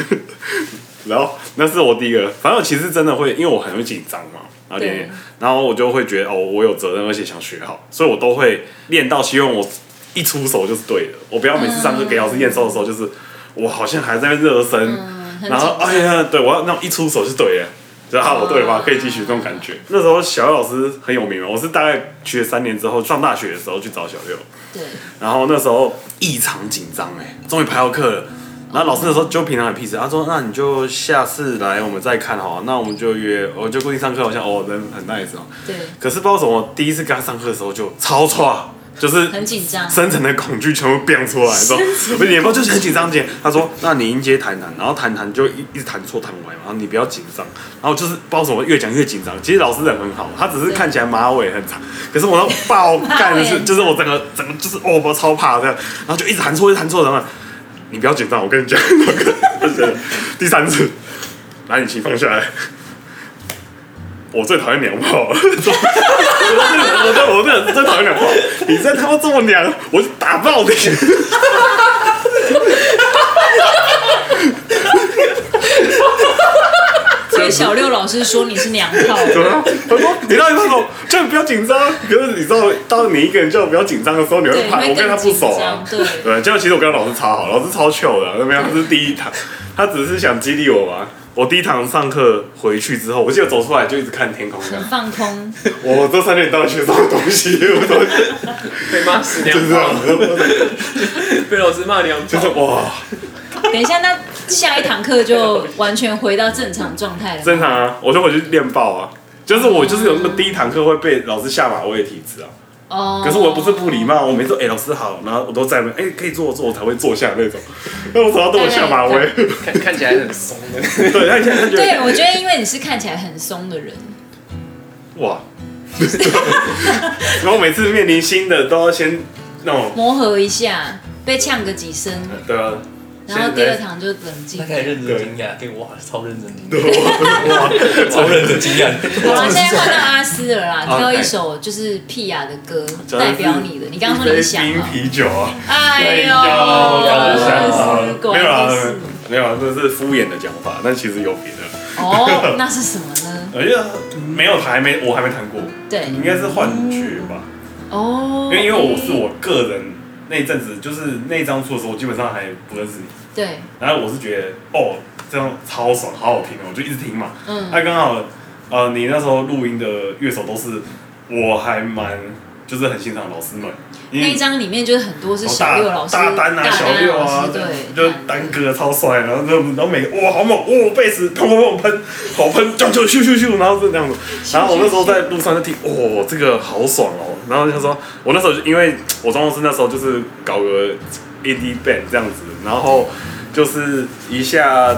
S4: *laughs* 然后那是我第一个，反正我其实真的会，因为我很会紧张嘛，然后练练
S3: 对，
S4: 然后我就会觉得哦，我有责任，而且想学好，所以我都会练到希望我一出手就是对的，我不要每次上课给老师验收的时候，就是我好像还在那边热身，
S3: 很
S4: 然后
S3: 紧张哦
S4: 哎呀，对我要那种一出手就对了，就啊我对了吧，可以继续这种感觉。那时候小六老师很有名嘛，我是大概学三年之后上大学的时候去找小六，
S3: 对，
S4: 然后那时候异常紧张哎，终于排到课了。然后老师那时候就平常很 peace，他说：“那你就下次来我们再看好啊了，那我们就约，我就固定上课。”好像哦，人很 nice 哦。
S3: 对，
S4: 可是不知道为什么，第一次跟他上课的时候就超差，就是
S3: 很紧张。
S4: 深层的恐惧全部变出来，之后我脸包就是很紧张姐，他说：“那你音阶弹弹，然后弹弹就一一直弹错弹歪嘛，然后你不要紧张。”然后就是不知道什么越讲越紧张。其实老师人很好，他只是看起来马尾很长，可是我要爆
S3: 马
S4: 干的
S3: 尾
S4: 是，
S3: 很
S4: 就是我整个整个就是哦，我超怕这样，然后就一直弹错，一直弹错，然后你不要紧张，我跟你讲，第三次，把你琴放下来。我最讨厌娘炮，我最我最我最最讨厌娘炮，你再他妈这么娘，我就打爆你！
S3: 所以小六老师说你是娘炮，
S4: 对啊，他说你到底那种就不要紧张，可是你知道，当你一个人就不要紧张的时候，你会
S3: 对，
S4: 怕。
S3: 会
S4: 我跟他
S3: 更
S4: 不
S3: 紧
S4: 熟啊
S3: 张。，对，
S4: 对，结果其实我跟老师超好，老师超糗的，那边他是第一堂，他只是想激励我吧。我第一堂上课回去之后，我记得走出来就一直看天空这样
S3: 很放空。
S4: 我这三年到底学什么东西？我都
S6: 被骂死娘
S4: 就是这
S6: 炮，
S4: 样，
S6: 被老师骂娘
S4: 就是
S6: 炮。
S4: 哇，
S3: 等一下，那下一堂课就完全回到正常状态了。
S4: 正常啊，我就回去练爆啊。就是我就是有那么第一堂课会被老师下马威的体质啊，
S3: 哦
S4: 可是我又不是不礼貌，我每次说哎、老师好，然后我都在问哎、可以坐坐，我才会坐下那种。那我怎么要对我下马威？
S6: 看 *laughs* 看起来很松
S3: *laughs*
S6: 的。
S4: 对，他现在觉
S3: 对，
S4: 得
S3: 我觉得因为你是看起来很松的人，
S4: 哇， *laughs* 然后每次面临新的都要先那种
S3: 磨合一下，被呛个几声，
S4: 对啊，
S3: 然后
S4: 先
S3: 第二堂就冷静
S7: 他。开始认真
S4: 对
S7: 惊讶，对，哇，超认真惊
S4: 对
S7: 讶，
S4: 哇
S7: *laughs* 超认真惊讶。
S3: 好了，现在换到阿斯了
S4: *laughs*
S3: 啦，
S7: 哦
S3: 挑一首就是屁雅的歌
S4: 真的
S3: 代
S4: 是
S3: 表你的。你刚刚说
S4: 一
S3: 你
S4: 杯
S3: 想
S4: 冰
S3: 啊，
S4: 啤酒啊，
S3: 哎呦，
S7: 刚
S4: 想好了
S3: 果
S4: 没有
S3: 然
S4: 啊
S3: 是，
S4: 没有啊，这是敷衍的讲法，但其实有别的。
S3: 哦，那是什么呢？
S4: 我觉得没有还没我还没谈过，
S3: 对，
S4: 应该是幻觉吧，
S3: 哦
S4: 因，为因为我是我个人那一阵子就是那一张出的时候，我基本上还不认识你，
S3: 对，
S4: 然后我是觉得哦这样超爽，好好听哦，我就一直听嘛。
S3: 嗯
S4: 那刚好呃你那时候录音的乐手都是我还蛮就是很欣赏的老师们，因
S3: 那
S4: 为
S3: 一张里面就是很多是小六老师、
S4: 哦大丹啊、
S3: 大
S4: 小六啊
S3: 老，师对，
S4: 就单哥超帅，然后就然后每个哇好猛，哇贝斯砰砰砰喷，好喷，就就咻咻咻，然后是这样子。然后我那时候在路上就听，哇、这个好爽哦。然后就说，我那时候就因为我装公司那时候就是搞个 indie band 这样子，然后就是一下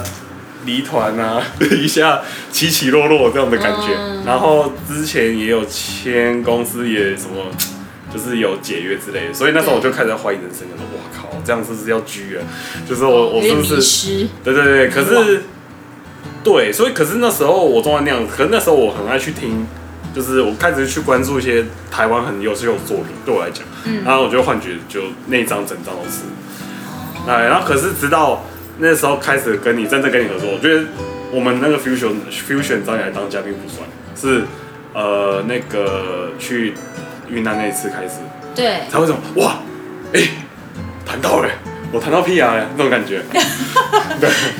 S4: 离团啊， *laughs* 一下起起落落这样的感觉。然后之前也有签公司，也什么。就是有解约之类的，所以那时候我就开始怀疑人生，我说哇靠，这样是不是要拘了？就是我我
S3: 有
S4: 是
S3: 点
S4: 不
S3: 迷
S4: 是
S3: 失，
S4: 对对对，可是对，所以可是那时候我中文那样，可是那时候我很爱去听，就是我开始去关注一些台湾很优秀的作品，对我来讲，
S3: 嗯
S4: 然后我就幻觉就那一张整张都是，哎，然后可是直到那时候开始跟你真正跟你合作，我觉得我们那个 fusion fusion 找你来当嘉宾不算，是呃那个去云南那一次开始，
S3: 对，
S4: 才会这种哇，哎、谈到了，我谈到 PR 了那种感觉，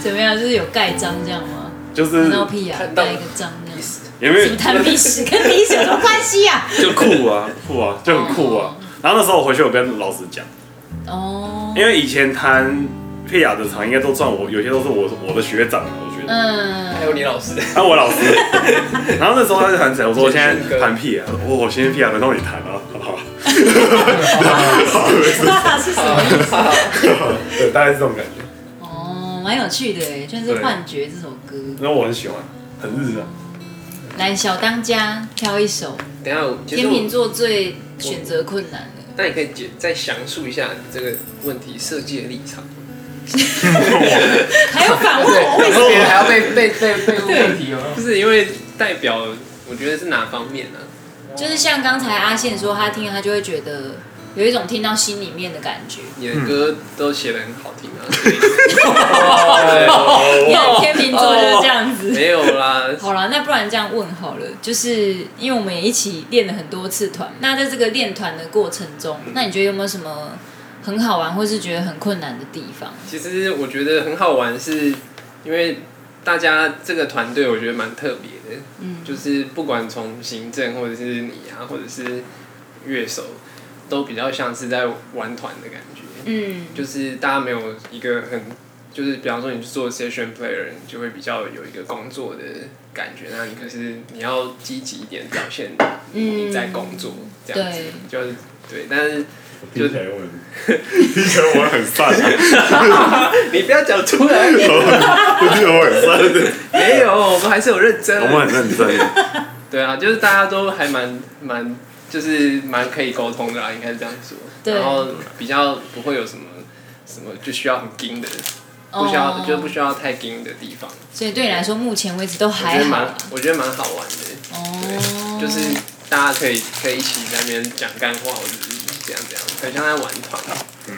S3: 怎么样？就是有盖章这样吗？
S4: 就是
S3: 看到屁啊雅
S6: 看到
S3: 盖一个章这样，什
S4: 有没有
S3: 么探秘史跟历史有什么关系
S4: *laughs*
S3: 呀？
S4: 就酷啊，酷啊，就很酷啊。然后那时候我回去，我跟老师讲，
S3: 哦，
S4: 因为以前弹佩雅的场应该都算我，有些都是我我的学长，哎我觉得，
S3: 嗯，
S6: 还有李老师，
S4: 还有我
S3: *laughs*
S4: 老师。然后那时候他就弹起来，我说我现在弹屁雅，我我现在屁雅轮到你弹了，好不好？
S3: *laughs* 是什么？
S4: *laughs* 对，大概是这种感觉。
S3: 哦，蛮有趣的哎，就是《幻觉》这首歌。
S4: 然后我很喜欢，很日啊。
S3: 来，小当家挑一首，
S6: 等一下我其实
S3: 天秤
S6: 我，
S3: 座最选择困难
S4: *laughs*
S3: 的。
S6: 那你可以解再详述一下你这个问题设计的立场。
S3: 还有反
S8: *laughs*
S3: 问我，
S8: 为什么还要被被被被问问题哦？
S6: 就是因为代表，我觉得是哪方面呢、啊？
S3: 就是像刚才阿宪说，他听了他就会觉得有一种听到心里面的感觉。
S6: 你的歌都写的很好听啊，
S3: 嗯
S6: 所以
S3: 你看天秤座就是这样子。
S6: *laughs* 没有啦，
S3: *laughs* 好啦，那不然这样问好了，就是因为我们也一起练了很多次团，那在这个练团的过程中，那你觉得有没有什么很好玩，或是觉得很困难的地方？
S6: 其实我觉得很好玩，是因为大家这个团队我觉得蛮特别的，
S3: 嗯
S6: 就是不管从行政或者是你啊，或者是乐手，都比较像是在玩团的感觉，
S3: 嗯，
S6: 就是大家没有一个很，就是比方说你去做 session player，你就会比较有一个工作的感觉，那你可是你要积极一点表现
S3: 嗯
S6: 你在工作这样子，就是对，但是
S4: 听起来我很， *laughs* 听起来我很散
S3: *laughs*
S4: 啊，
S6: 你不要讲出来，
S4: 我觉得我很散，
S6: 没有，我们还是有认真，
S4: 我们很
S3: *laughs*
S4: 认真。
S6: 对啊，就是大家都还蛮蛮，就是蛮可以沟通的啦，应该是这样说。
S3: 对
S6: 然后比较不会有什么什么就需要很硬的，不需要、
S3: 哦
S6: 就不需要太硬的地方。
S3: 所以对你来说，目前为止都
S6: 我觉
S3: 还
S6: 得
S3: 好
S6: 蛮
S3: 啊。，
S6: 我觉得蛮好玩的，
S3: 哦，
S6: 就是大家可以可以一起在那边讲干话，或者是怎样怎样，很像在玩团。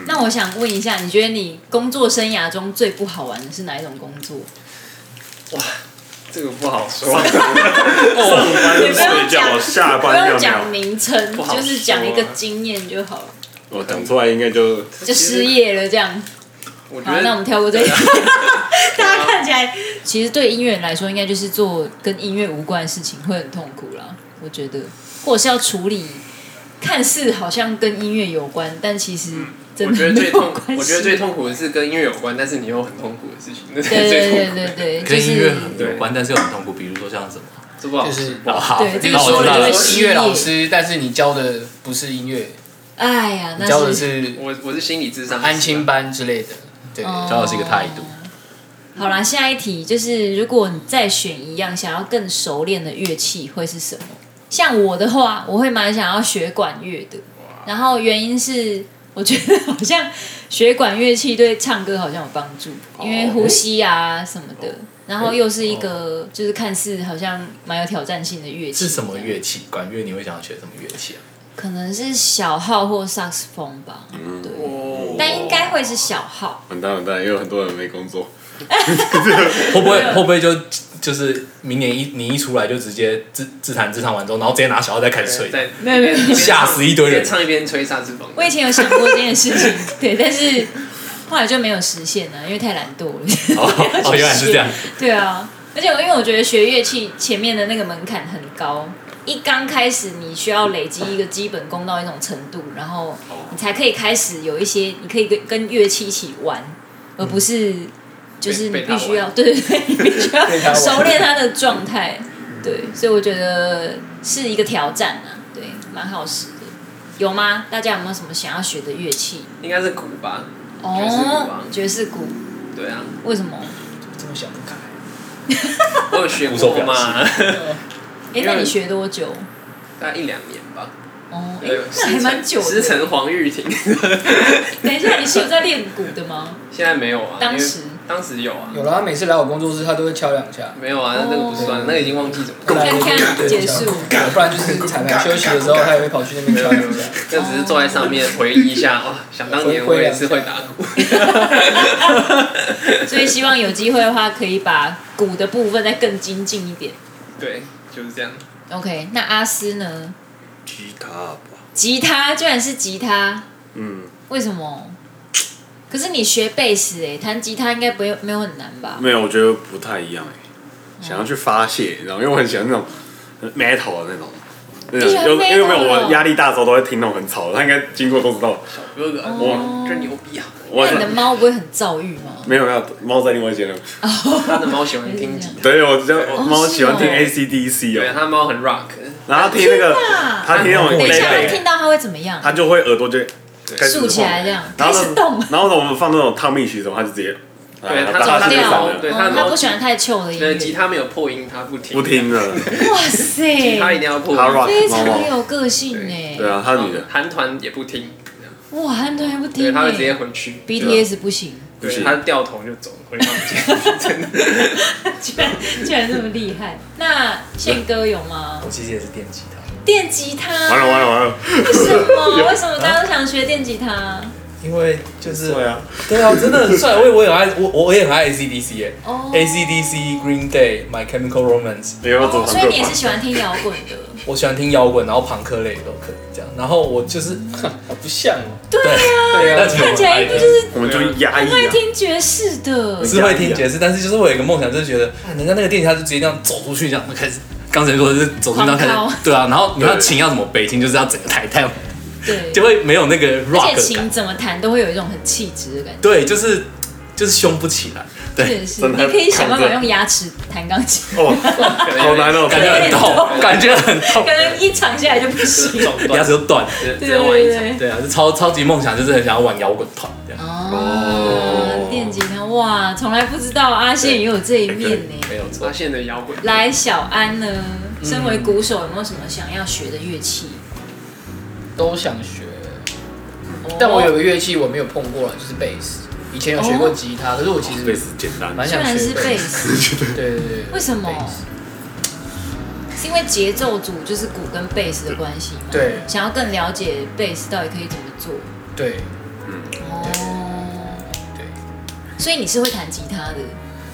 S3: 那我想问一下，你觉得你工作生涯中最不好玩的是哪一种工作？
S6: 这个不好说，
S4: 上班
S3: 也不用
S4: 睡觉，
S3: 讲
S4: 下
S3: 不
S4: 班
S3: 用
S4: 尿尿
S3: 讲。名称
S6: 不，好说
S3: 就
S6: 啊
S3: 是讲一个经验就好了，
S4: 我讲出来应该就
S3: 就失。业了这样。
S6: 我觉
S3: 好，那我们
S6: 得
S3: 跳过这个。 *laughs* 大家看起来，其实对音乐人来说，应该就是做跟音乐无关的事情会很痛苦啦。我觉得，或者是要处理看似好像跟音乐有关，但其实真
S6: 嗯我
S3: 的
S6: 觉得
S3: 没
S6: 最
S3: 有
S6: 痛
S3: 关系。，
S6: 我觉得最痛苦的是跟音乐有关，但是你又很痛苦的事情，那是
S3: 对
S6: 最
S3: 对
S6: 痛苦
S3: 对
S6: 的。
S3: 对对，就
S7: 跟音乐
S3: 是
S7: 很有关，但是又很痛苦。比如说像什么
S6: 这不好
S8: *laughs* 就是
S7: 哦好，
S3: 对这个
S7: 那我
S3: 说
S7: 知
S3: 了
S7: 道
S3: 就
S7: 了
S3: 会。
S8: 音乐老师，但是你教的不是音乐，
S3: 哎呀，
S8: 你教
S3: 那
S8: 的
S3: 是
S8: 是
S6: 我我是心理智商
S8: 安亲班之类的。对，
S7: 教的是一个态度。
S3: 好啦，下一题就是，如果你再选一样想要更熟练的乐器，会是什么？像我的话，我会蛮想要学管乐的。然后原因是，我觉得好像学管乐器对唱歌好像有帮助，因
S7: 哦
S3: 为呼吸啊什么的。然后又是一个就是看似好像蛮有挑战性的乐器，
S7: 是什么？乐器？管乐你会想要学什么乐器啊？
S3: 可能是小号或萨克斯风吧，对，
S7: 哦
S3: 但应该会是小号。
S4: 完蛋完蛋，又有很多人没工作。
S7: 会不会 *laughs* 会不会就就是明年一你一出来就直接自自弹自唱完之后，然后直接拿小号再开始吹？
S6: 在
S3: 没有没有，
S7: 吓死一堆人
S6: 边唱一边吹萨克斯风。
S3: 我以前有想过这件事情，对，但是后来就没有实现了，因为太懒惰了。
S7: 哦，哦原来是这样。
S3: 对啊，而且我因为我觉得学乐器前面的那个门槛很高，一刚开始你需要累积一个基本功到一种程度，然后你才可以开始有一些，你可以跟跟乐器一起玩，而不是就是你
S6: 被被他
S3: 必
S6: 玩
S3: 须要对对对，你必须要熟练它的状态。对，所以我觉得是一个挑战啊，对，蛮好使的。有吗？大家有没有什么想要学的乐器？
S6: 应该是鼓吧？爵士鼓
S3: 哦
S6: 啊，
S3: 爵士鼓，
S6: 对啊，
S3: 为什么？
S8: 这么想不开，
S6: 我有学
S7: 无所
S6: 过
S7: 表
S6: 嘛，
S3: 哎、那你学多久？
S6: *laughs* 大概一两年吧。
S3: 哦，哎、
S6: 对，
S3: 那还蛮久
S6: 师
S3: 的。
S6: 承黄玉婷， *laughs*
S3: 等一下，你是有在练鼓的吗？
S6: 现在没有啊，
S3: 当
S6: 因为
S3: 时
S6: 当时有啊，
S8: 有了，他每次来我工作室，他都会敲两下。
S6: 没有啊，那那个不算，那个已经忘记怎么
S8: 啊
S6: 了。
S3: 看看结束。
S8: 对不然就是彩排休息的时候，他也会跑去那边
S6: 没有
S8: 敲
S6: 没有
S8: 两
S6: 没
S8: 下
S6: 有。，啊那只是坐在上面回忆一下，哇，想当年我也是会打鼓。
S3: 所以希望有机会的话，可以把鼓的部分再更精进一点。
S6: 对，就是这样。
S3: OK，那阿斯呢？
S4: 吉他吧，
S6: 啊
S3: 吉他居然是吉他，
S4: 嗯，
S3: 为什么？可是你学贝斯哎，弹吉他应该不会没有很难吧？
S4: 没有，我觉得不太一样哎，想要去发泄，然后因为我很喜欢那种很 metal 的那种。那种
S3: 你喜欢
S4: 有因为
S3: metal
S4: 没有
S3: 哦
S4: 我压力大的时候都会听那种很吵的，他应该经过都知道。
S6: 哥哥，
S4: 哦
S6: 哇，真牛逼啊！
S4: 我
S3: 那你的猫不会很躁郁
S4: *laughs*
S3: 吗？
S4: 没有没有，猫在另外一间了。
S6: 他的猫喜欢听吉他，
S4: 对，我比较猫喜欢听
S3: 是哦
S4: ACDC
S6: 对，啊
S4: 哦，
S6: 他的猫很 rock。
S4: 然后听那个他听那种
S3: 啊等一下，他
S4: playback，
S3: 听到它会怎么样？
S4: 他就会耳朵就开始
S3: 竖起来这样，
S4: 然
S3: 开
S4: 后
S3: 始
S4: 呢
S3: 动。
S4: 然后呢，我们放那种烫蜜曲什么，他就直接，
S6: 对
S4: 啊
S6: 他
S4: 大
S6: 走
S4: 家
S6: 掉
S4: 就
S6: 了
S4: 散
S6: 对
S4: 了，
S6: 他
S3: 哦
S6: 的，猫
S3: 他不喜欢太臭的音
S6: 对，
S3: 乐。
S6: 吉他没有破音，他不听。
S4: 不听了。
S3: 哇塞，
S6: 吉他一定要破
S4: 他
S6: 音。
S4: rock
S3: 非
S4: 猫
S3: 常
S4: 猫，
S3: 有个性哎、
S4: 对啊，他女的
S6: 韩团也不听，
S3: 哇，韩团还不
S6: 对，
S3: 听
S6: 他
S3: 哎、
S6: 会直接回去。啊
S3: BTS 不行，
S4: 不
S6: 对，
S4: 行，
S6: 他掉头就走回房间。
S3: *laughs* 居然居然这么厉害。那宪哥有吗？
S8: *laughs*
S7: 我其实也是电吉他，
S3: 电吉他？
S4: 完了完了完了，
S3: 为什么？为什么大家都想学电吉他？
S7: 因为就是
S4: 对啊，
S7: 对啊，真的很帅。我也我也很爱我我也很爱 ACDC 耶、
S3: 哦
S8: 哎
S7: ACDC、Green Day、My Chemical Romance，
S4: 你要不要走
S3: 哦，所
S4: 长
S3: 以
S4: 久
S3: 你也
S4: 吧
S3: 是？喜欢听摇滚的。
S7: 我喜欢听摇滚，然后朋克类也都可以这样。然后我就是
S8: 不像哦。
S3: 对啊，
S7: 对，但其实我
S3: *laughs* 看起来一
S7: 爱
S3: 副就是
S4: 我们就压抑
S3: 爱
S4: 啊，
S3: 听爵士的。
S7: 是会听
S3: 啊
S7: 爵士，但是就是我有一个梦想，就是觉得哎人家那个电吉他就直接这样走出去，这样开始。刚才说的是走出去，然后开
S3: 狂
S7: 始
S3: 敲
S7: 对啊，然后你要
S4: 对
S7: 琴要怎么背，琴就是要整个抬太，
S3: 对，
S7: 就会没有那个
S3: 而
S7: rock
S3: 且
S7: 的感
S3: 琴。怎么弹都会有一种很气质的感觉。
S7: 对，就是就是凶不起来，对，
S3: 确实，
S4: 真
S3: 你
S4: 的
S3: 可以想办法用牙齿弹钢琴，
S4: 哦， *laughs* 好难哦，
S7: 感觉很痛，感觉很
S3: *laughs*
S7: 痛 *laughs*
S3: 可，能一场下来就不
S6: *laughs*
S3: 行。
S6: 走
S7: 牙齿
S6: 断，
S7: 都断。
S6: 直
S3: 对
S6: 接玩一
S3: 对
S6: 场。
S3: 对。
S7: *laughs* 对啊，是超超级梦想，就是很想要玩摇滚团这样。
S3: 哦，电吉他哇，从来不知道阿宪也有这一
S8: 哎
S3: 面呢。
S7: 没有错
S6: 发，现的摇滚，
S3: 来，小安呢，
S8: 嗯
S3: 身为鼓手，有没有什么想要学的乐器？
S8: 都想学，但我
S3: 哦
S8: 有个乐器我没有碰过了，就是贝斯。以前有学过吉他，可是我其
S4: 贝
S8: 实
S4: 斯简单，
S8: 蛮
S3: 虽
S8: 想
S3: 然
S8: 学
S3: 是贝
S8: 斯。
S3: 斯，
S8: 对对对。对
S3: 为什么
S8: 贝斯
S3: 是因为节奏组就是鼓跟贝斯的关系吗？
S8: 对
S3: 想要更了解贝斯到底可以怎么做。
S8: 对
S3: 哦，
S8: 对，
S3: 所以你是会弹吉他的，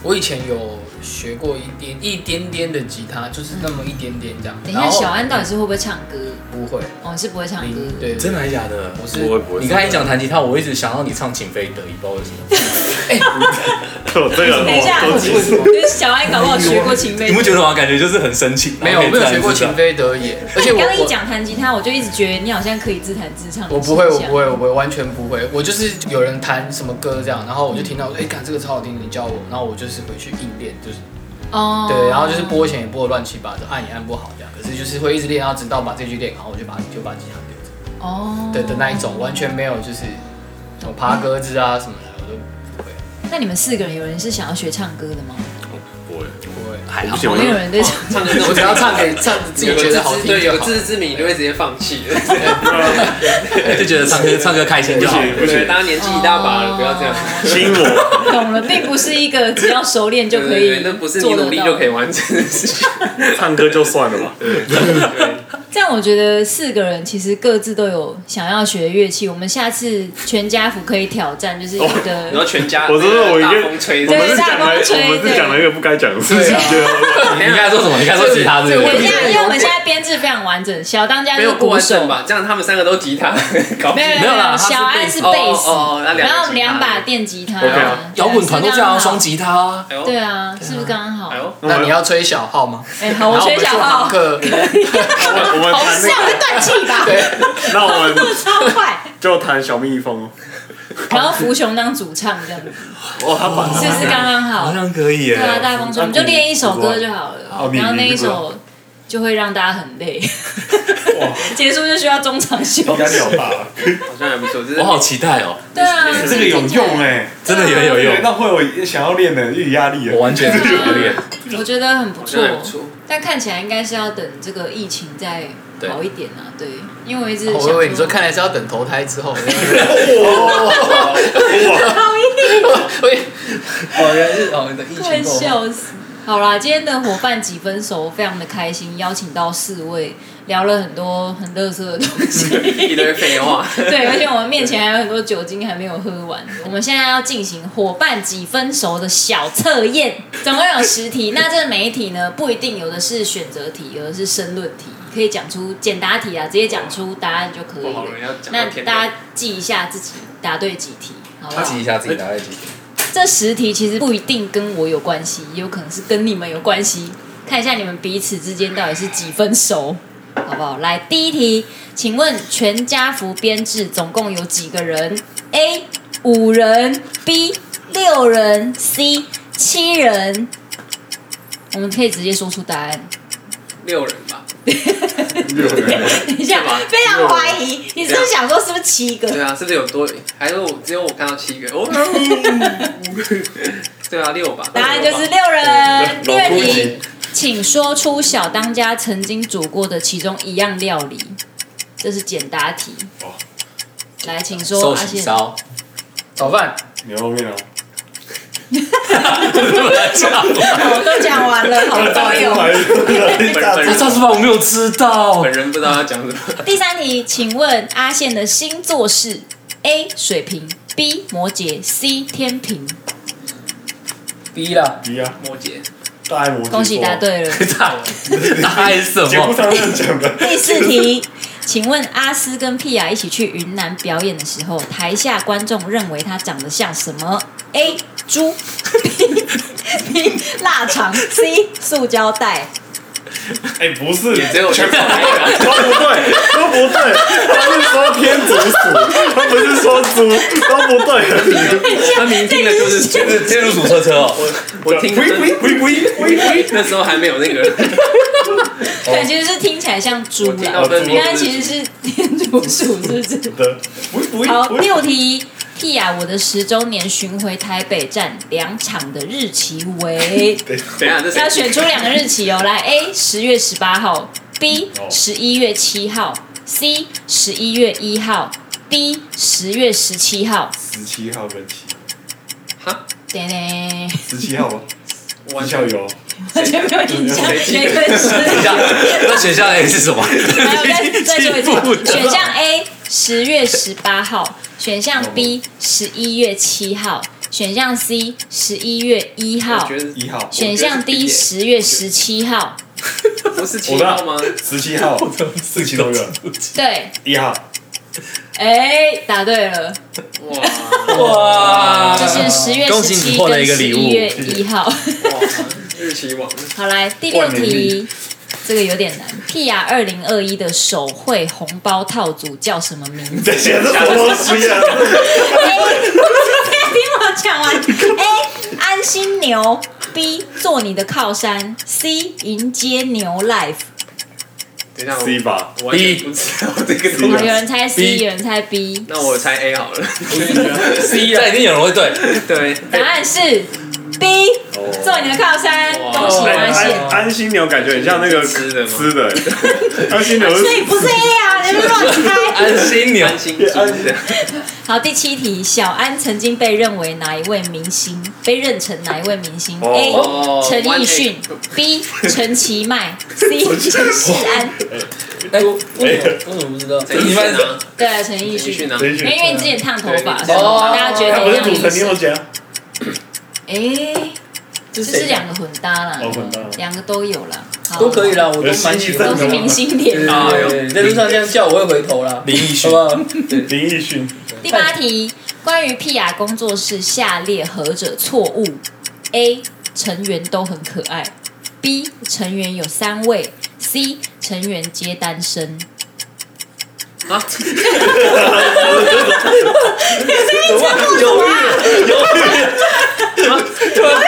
S8: 我以前有学过一点一点点的吉他，就是那么一点点这样。
S3: 等一
S8: 然
S3: 下
S8: 后
S3: 小安到底是会不会唱歌？
S8: 不会，
S3: 哦，你是不会唱歌
S8: 零
S3: 的。
S8: 对，
S7: 真的还是假的？
S8: 我
S4: 不
S8: 是
S4: 会不会，
S7: 你刚才讲弹吉他，我一直想到你唱《情非得已》，不知道为什么。
S4: 我这
S3: *laughs*
S4: 个
S3: 等一下，
S4: 我都记住，
S3: 就是小安搞不好学过琴妹。
S7: 你不觉得吗？感觉就是很生气。
S8: 没有
S7: 然后可以
S8: 没有
S7: 自然
S8: 学过
S7: 自在
S8: 情。非得已，而
S3: 你
S8: 且我
S3: 刚刚一
S8: 我
S3: 讲弹吉他，我就一直觉得你好像可以自弹自唱。
S8: 我不会，我不。会，我不会，完全不会。我就是有人
S3: 嗯
S8: 弹什么歌这样，然后我就听到，哎、看这个超好听，你教我，然后我就是回去硬练，就是
S3: 哦
S8: 对，然后就是拨弦也拨的乱七八糟，按也按不好这样，可是就是会一直练，到直到把这句练好，我就把就把吉他丢着，
S3: 哦，
S8: 对的那一种，完全没有就是什么爬格子啊什么的，我都不会，
S3: 那你们四个人有人是想要学唱歌的吗？哦
S4: 不会，
S8: 不会，
S7: 还
S4: 我
S7: 好
S4: 不。喜欢
S3: 没有人在唱，
S6: 唱歌
S8: 我只要唱给唱自己觉得好听
S6: 对，有
S8: 就好。
S6: 自知之明你就会直接放弃了。
S7: *laughs* 就觉得唱歌唱歌开心就好。
S4: 不行
S6: 对，大家年纪一大把了，不要这样。
S4: 亲我，
S3: 懂了，并不是一个只要熟练就可
S6: 对对
S3: 以
S6: 对那不是你
S3: 做得
S6: 努力
S3: 到
S6: 就可以完成的事情。
S4: 唱歌就算了
S3: *laughs*
S4: 吧。
S3: 这样我觉得四个人其实各自都有想要学乐器，我们下次全家福可以挑战，就是一
S6: 哦然后
S3: 个
S6: 全家，呃
S4: 我真的我一
S6: 大
S4: 个
S6: 风吹
S4: 我
S6: 着，
S4: 们是讲
S3: 啊大
S4: 了，
S3: 风吹
S4: 我们是
S3: 对
S4: 讲了一个不该讲的事情。
S7: 你应该说什么？你应该说吉他这
S8: 这
S7: 个
S8: 个
S3: 等
S7: 问
S3: 一
S7: 题。
S3: 下，因为我们现在编制非常完整，小当家
S6: 没
S3: 就
S6: 有
S3: 是
S6: 不
S3: 鼓
S6: 完
S3: 手
S6: 整，吧？这样他们三个
S3: *laughs*
S6: 都吉他，搞不
S3: 没
S6: 定
S3: 有没
S7: 没有啦
S3: 有，
S7: 他是
S3: 小安是
S6: 贝斯
S3: 贝斯
S6: 哦哦哦那，两
S3: 然
S6: 个
S3: 后两把电吉他，对啊
S7: 摇滚团都这样，双，吉他啊。
S6: 哎呦，
S3: 对啊，是不是刚好
S6: 哎？呦，
S8: 那你要吹小号吗？
S3: 哎，好，我
S8: 然后
S3: 学
S8: 们
S3: 小
S8: 做
S3: 号
S8: 好，课，
S4: 我们我们
S3: 好
S4: 谈
S3: 像
S4: 那
S3: 会断气吧，
S4: 个，那我们
S3: 超快。
S4: 就谈小蜜蜂。
S3: 然后福雄当主唱这样子，
S4: 哇，哦他把
S3: 是不是刚刚好
S7: 好？像可以耶。
S3: 对啊，大风吹，我们就练一首歌就好了，
S4: 好
S3: 然后那
S4: 你
S3: 一
S4: 你不
S3: 首就会让大家很累， *laughs* 结束就需要中场休
S4: 应该
S3: 息。
S4: 有吧？
S6: 好像还不错，这是
S7: 我好期待哦，
S3: 对啊，
S4: 这个有用哎，
S7: 真的也有
S4: 对，
S7: 用。
S4: 那会有想要练的，有压力啊耶
S7: 我。完全是有点，
S3: 我觉得很不
S6: 好
S3: 错
S6: 像，还不错。
S3: 但看起来应该是要等这个疫情再好一点啊。对，因为我一直想
S8: 哦我以为你说看来是要等投胎之后，
S3: 哦
S8: 喂，哦，原来是哦，你的疫
S3: 快
S8: 情够
S3: 笑死。好啦，今天的伙伴几分熟，非常的开心，邀请到四位，聊了很多很乐色的东
S6: *laughs*
S3: 西。
S6: 一堆废话，
S3: 对，而且我们面前还有很多酒精还没有喝完。我们现在要进行伙伴几分熟的小测验，总共有十题。那这每一题呢，不一定有的是选择题，有的是申论题，可以讲出简答题啊，直接讲出答案就可以
S6: 我好
S3: 了
S6: 容易要。讲
S3: 那
S6: 到天亮
S3: 大家记一下自己答对几题，好不好？
S7: 记一下自己大概几点。
S3: 这十题其实不一定跟我有关系，也有可能是跟你们有关系。看一下你们彼此之间到底是几分熟，好不好？来，第一题，请问全家福编制总共有几个人？A 五人，B 六人，C 七人。我们可以直接说出答案。
S6: 六人吧？
S3: 等一下
S6: 是吗，
S3: 非常怀疑，你是不是想说是不是七个？
S6: 对啊，是不是有多？还是我只有我看到七个？
S3: *laughs*
S6: 哦，对啊，六吧。
S3: 答案就是
S6: 六吧。
S3: 六人。第
S4: 老
S3: 二
S4: 夫
S3: 题
S4: 子，
S3: 请说出小当家曾经煮过的其中一样料理，这是简答题。来，请说
S7: 寿
S3: 阿
S7: 喜
S3: *laughs* 宪。
S7: 烧，
S8: 早饭，
S4: 牛肉面啊，
S3: 我
S7: 哎
S3: 哦都讲完了，好糟
S4: *laughs*
S3: 哟。
S6: 本
S7: 我
S6: 人
S7: 上次吧我没有吃到
S6: 本。人不知道要讲什么，
S3: 第三题，请问阿宪的星座是 A 水瓶，B 摩羯，C 天平。
S8: 逼啦，
S4: 一
S3: *laughs*
S4: 啊，
S6: 摩羯
S4: 大爱摩羯座
S3: 恭喜答。对了。
S7: 大大爱是什
S4: 节目
S7: 么？
S4: 上这样讲的，
S3: 第四题，请问阿斯跟屁雅一起去云南表演的时候，台下观众认为他长得像什么？A. 猪，B. B. 腊肠，C. 塑胶袋。
S4: 哎，不是，
S6: 只有全部
S4: 都不对，都不对，他是说天竺鼠，他不是说猪，都不对。
S6: 分明听的就是就是
S7: 天竺鼠车车哦，
S6: 我听的
S4: 喂喂喂喂喂喂，
S6: 那时候还没有那个，
S3: 对，其实是听起来像猪
S6: 哦我听到
S3: 啦，
S6: 分明
S3: 原来其实是天
S6: *laughs*
S3: 竺鼠，是不是？
S4: 的，喂喂
S3: 好，
S4: 喂
S3: 六题。屁雅，我的十周年巡回台北站两场的日期为，
S6: 等一下这
S3: 要
S6: 是
S3: 选出两个日期哦。来，A 十月十八号，B
S6: 哦
S3: 十一月七号，C 十一月一号，D 十月十七号。
S4: 十七号跟七，
S6: 哈，
S3: 噔噔，
S4: 十七号吧，
S6: 完
S4: 校友，
S3: 完全没有印象，没分数。
S7: 那选项 A 是什么？
S3: 还有再再说一
S7: 不
S3: 次，
S7: 得
S3: 选项 A 十月十八号，选
S6: 哦
S3: 项 B 十一月七号，选项 C 十一月一
S6: 我
S3: 号
S6: 觉，得
S4: 一号，
S3: 选项 D 十月十七号。
S6: 不是七号吗？
S4: 十七号，四七都有，
S3: 对，
S4: 一号，
S3: 哎，答对了。
S6: 哇，
S7: 哇
S3: 就是十月
S7: 呃恭
S3: 十
S7: 喜你
S3: 七
S7: 获得
S3: 跟
S7: 一个
S3: 十
S7: 礼物
S3: 一
S7: *laughs*
S3: 月一号。 *laughs*
S6: 哇，日期网
S3: 好，来第六题，这个有点难。屁雅二零二一的手绘红包套组叫什么名
S7: *laughs*
S3: 字？哎
S4: 这写的什么东西啊？
S3: *laughs* A，不是听我讲完。A. 安心牛 B 做你的靠山，C 迎接牛 life。
S6: 等一下
S4: C 吧
S6: 我完全不知道这个东
S3: 有
S6: 西。
S3: 人猜 C，
S7: B
S3: 有人猜 B，
S6: 那我猜 A 好了。
S7: C 啊，一定有人会对。
S6: 对，
S3: 答案是 B 做你的靠山，
S7: 哦
S3: 恭喜
S4: 哦哎
S3: 发现
S4: 安。安心牛感觉很像那个
S6: 吃的吗
S4: 吃 *laughs* 的欸，安心牛是
S3: 所以不是 A 啊，你们乱猜。
S7: 安心哦牛，
S6: 安心猪的。
S3: 好，第七题，小安曾经被认为哪一位明星？被认成哪一位明星、
S4: 哦
S3: a 陈奕迅，B. 陈其迈，C. 陈势安。
S8: 为什么为什么不知道？
S6: 陈奕迅呢？
S3: 对啊，陈奕
S6: 陈奕
S3: 迅
S6: 迅。呢？
S4: 陈奕
S3: 因为
S4: 迅，
S3: 因为你之前烫头发，
S6: 对
S3: 所以
S8: 哦
S3: 大家觉得
S4: 他不
S3: 很
S4: 是
S3: 像
S4: 赌
S3: 明
S4: 陈
S3: 星
S4: 宥。嘉，
S3: 哎，
S8: 这
S3: 就是是
S8: 谁
S3: 两个混搭啦
S4: 哦混搭，
S3: 两个都有啦，好
S8: 都可以，啦，我都
S4: 有
S8: 蛮
S4: 新意
S8: 喜
S4: 在
S8: 欢
S3: 都是
S4: 里面
S8: 的。
S3: 明星
S8: 对
S3: 脸。
S6: 啊
S8: 对对，在路上这样叫我会回头啦，
S7: 林奕迅
S8: 好不，好？
S4: 林奕迅，
S3: 第八题，关于 PR 工作室下列何者错误？A. 成员都很可爱，B. 成员有三位，C. 成员皆单身。
S6: 啊，
S3: 哎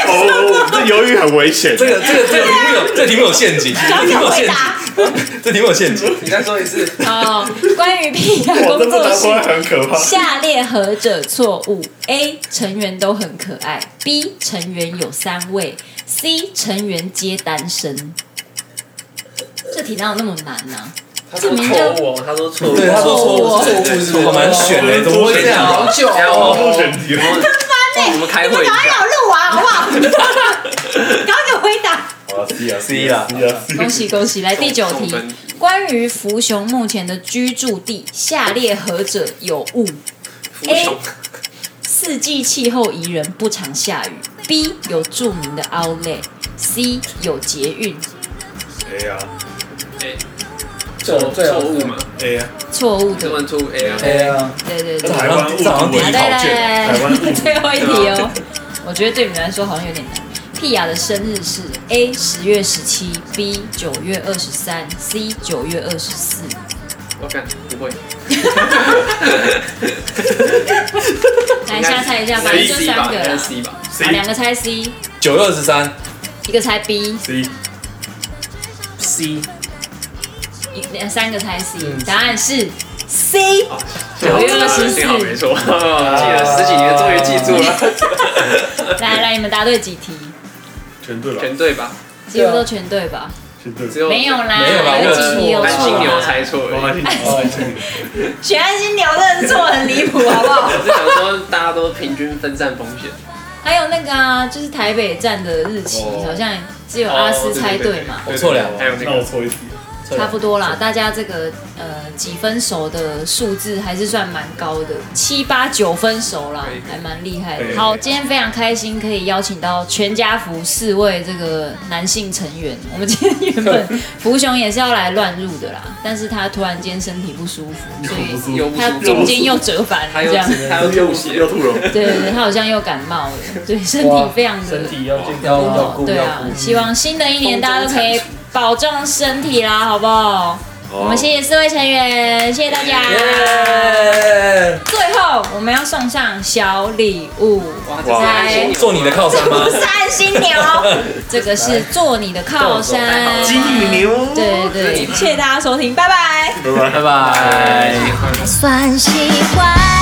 S4: 哦，这鱿鱼很危险，
S7: 这个这个这个题目有，这个题目有陷阱，这个题目有陷阱，这题目有陷阱。
S6: 你再说一次。
S3: 哦，关于
S4: *laughs*
S3: PR
S4: 哇，
S3: 工
S4: 这不
S3: 作
S4: 答出来
S3: 室
S4: 很可怕。
S3: 下列何者错误？A. 成员都很可爱，B. 成员有三位，C. 成员皆单身。这题哪有那么难啊呢、
S6: 他说错误哦，他说错误。
S7: 对，他说错误，
S8: 错误是
S7: 我蛮选的，怎么会这样？
S8: 久
S6: 等一下
S8: 哦，
S6: 我
S4: 哦，不选题了，
S6: 我们开会一
S3: 赶快
S6: 下。
S3: 有录完好不好？ *laughs* 赶快给我回答。
S4: 好啊，C 啊
S7: C 啊
S4: C 啊，C *laughs*
S3: 恭喜恭喜！来第九
S6: 送
S3: 题
S6: 分题，
S3: 关于福雄目前的居住地，下列何者有误？
S6: 服从。
S3: 四季气候宜人，不常下雨。B 有著名的 Outlet，C 有捷运。
S4: A 啊
S8: 最
S6: 错
S8: 好最
S6: 错
S8: 好
S6: 误嘛？
S4: A 啊，
S3: 错误
S6: 这 *laughs*
S3: 的，
S6: 问错误 A 啊。
S8: 哎呀，
S3: 对对对。
S4: 台湾
S7: 这好像
S4: 误读
S7: 第
S3: 来
S7: 一
S4: 为
S7: 考
S3: 来
S7: 卷，
S3: 来
S4: 台湾
S3: 来， *laughs* 最后一题哦。我觉得对你们来说好像有点难。屁雅的生日是 A 十月十七，B 九月二十三，C 九月二十四。
S6: 我看不会。
S3: 来，下猜一下，反正就
S6: C
S3: 三
S6: 吧，
S3: 个
S6: 应该
S3: 啦
S6: 是。C 吧。
S3: 啊，两个猜 C，
S7: 九二十三
S3: 一个猜 B，
S4: C
S3: 一呃三个猜 C，
S8: 嗯
S3: 答案 *laughs* 是 C。九月二十四
S6: 幸，好没错，记了十几年，终于记住
S3: *laughs*
S6: 了，
S3: 来来，你们答对几题？
S4: 全对了，
S6: 全对吧？
S3: 几乎都全对吧？
S4: 全对
S6: 只
S4: 了。
S6: 有
S3: 没有啦，
S7: 没有啦
S6: 那
S3: 有几题
S6: 个
S3: 有
S6: 安心
S3: 错
S6: 牛
S3: 啦
S6: 猜。错
S4: 我
S6: 而已。
S3: 选安心牛真的错很离谱，好不好？
S6: 我是想说，大家都平均分散风险。
S3: *laughs* 还有那个啊，就是台北站的日期，
S4: 哦
S3: 好像只有 *laughs* 阿斯猜哦对嘛，
S6: 哦
S7: 我错两个
S6: 还有那
S4: 那我
S6: 个
S4: 错一题，
S3: 差不多啦。大家这个呃几分熟的数字还是算蛮高的，七八九分熟啦
S6: 可以可，以
S3: 还蛮厉害
S4: 可以
S3: 的。
S4: 可以
S3: 好，今天非常开心可以邀请到全家福四位这个男性成员。我们今天原本福雄也是要来乱入的啦，但是他突然间身体不舒服，所以
S6: 又不
S3: 他
S6: 舒
S3: 中
S6: 服，
S3: 间又折返
S6: 他
S3: 了
S6: 又
S3: 这样。
S6: 他又吐血，
S4: 要吐 *laughs* 了。
S3: 对对对，他好像又感冒了，对身体
S8: 哇
S3: 非常的
S8: 身体要健
S7: 要
S8: 康，
S7: 要
S8: 顾
S3: 对
S8: 要
S3: 啊
S8: 顾，。
S3: 希望新的一年大家都可以保重身体啦，好不好？我们谢谢四位成员，谢谢大家。
S7: 哎
S3: 最后我们要送上小礼物，
S6: 哇，这是安心牛
S7: 做你的靠山吗
S3: 不？是安心牛， *laughs* 这个是做你的靠山。
S4: 金鱼牛，
S3: 对对对，谢谢大家收听，拜拜。
S4: 拜拜。
S7: 拜拜。
S2: 还算喜欢。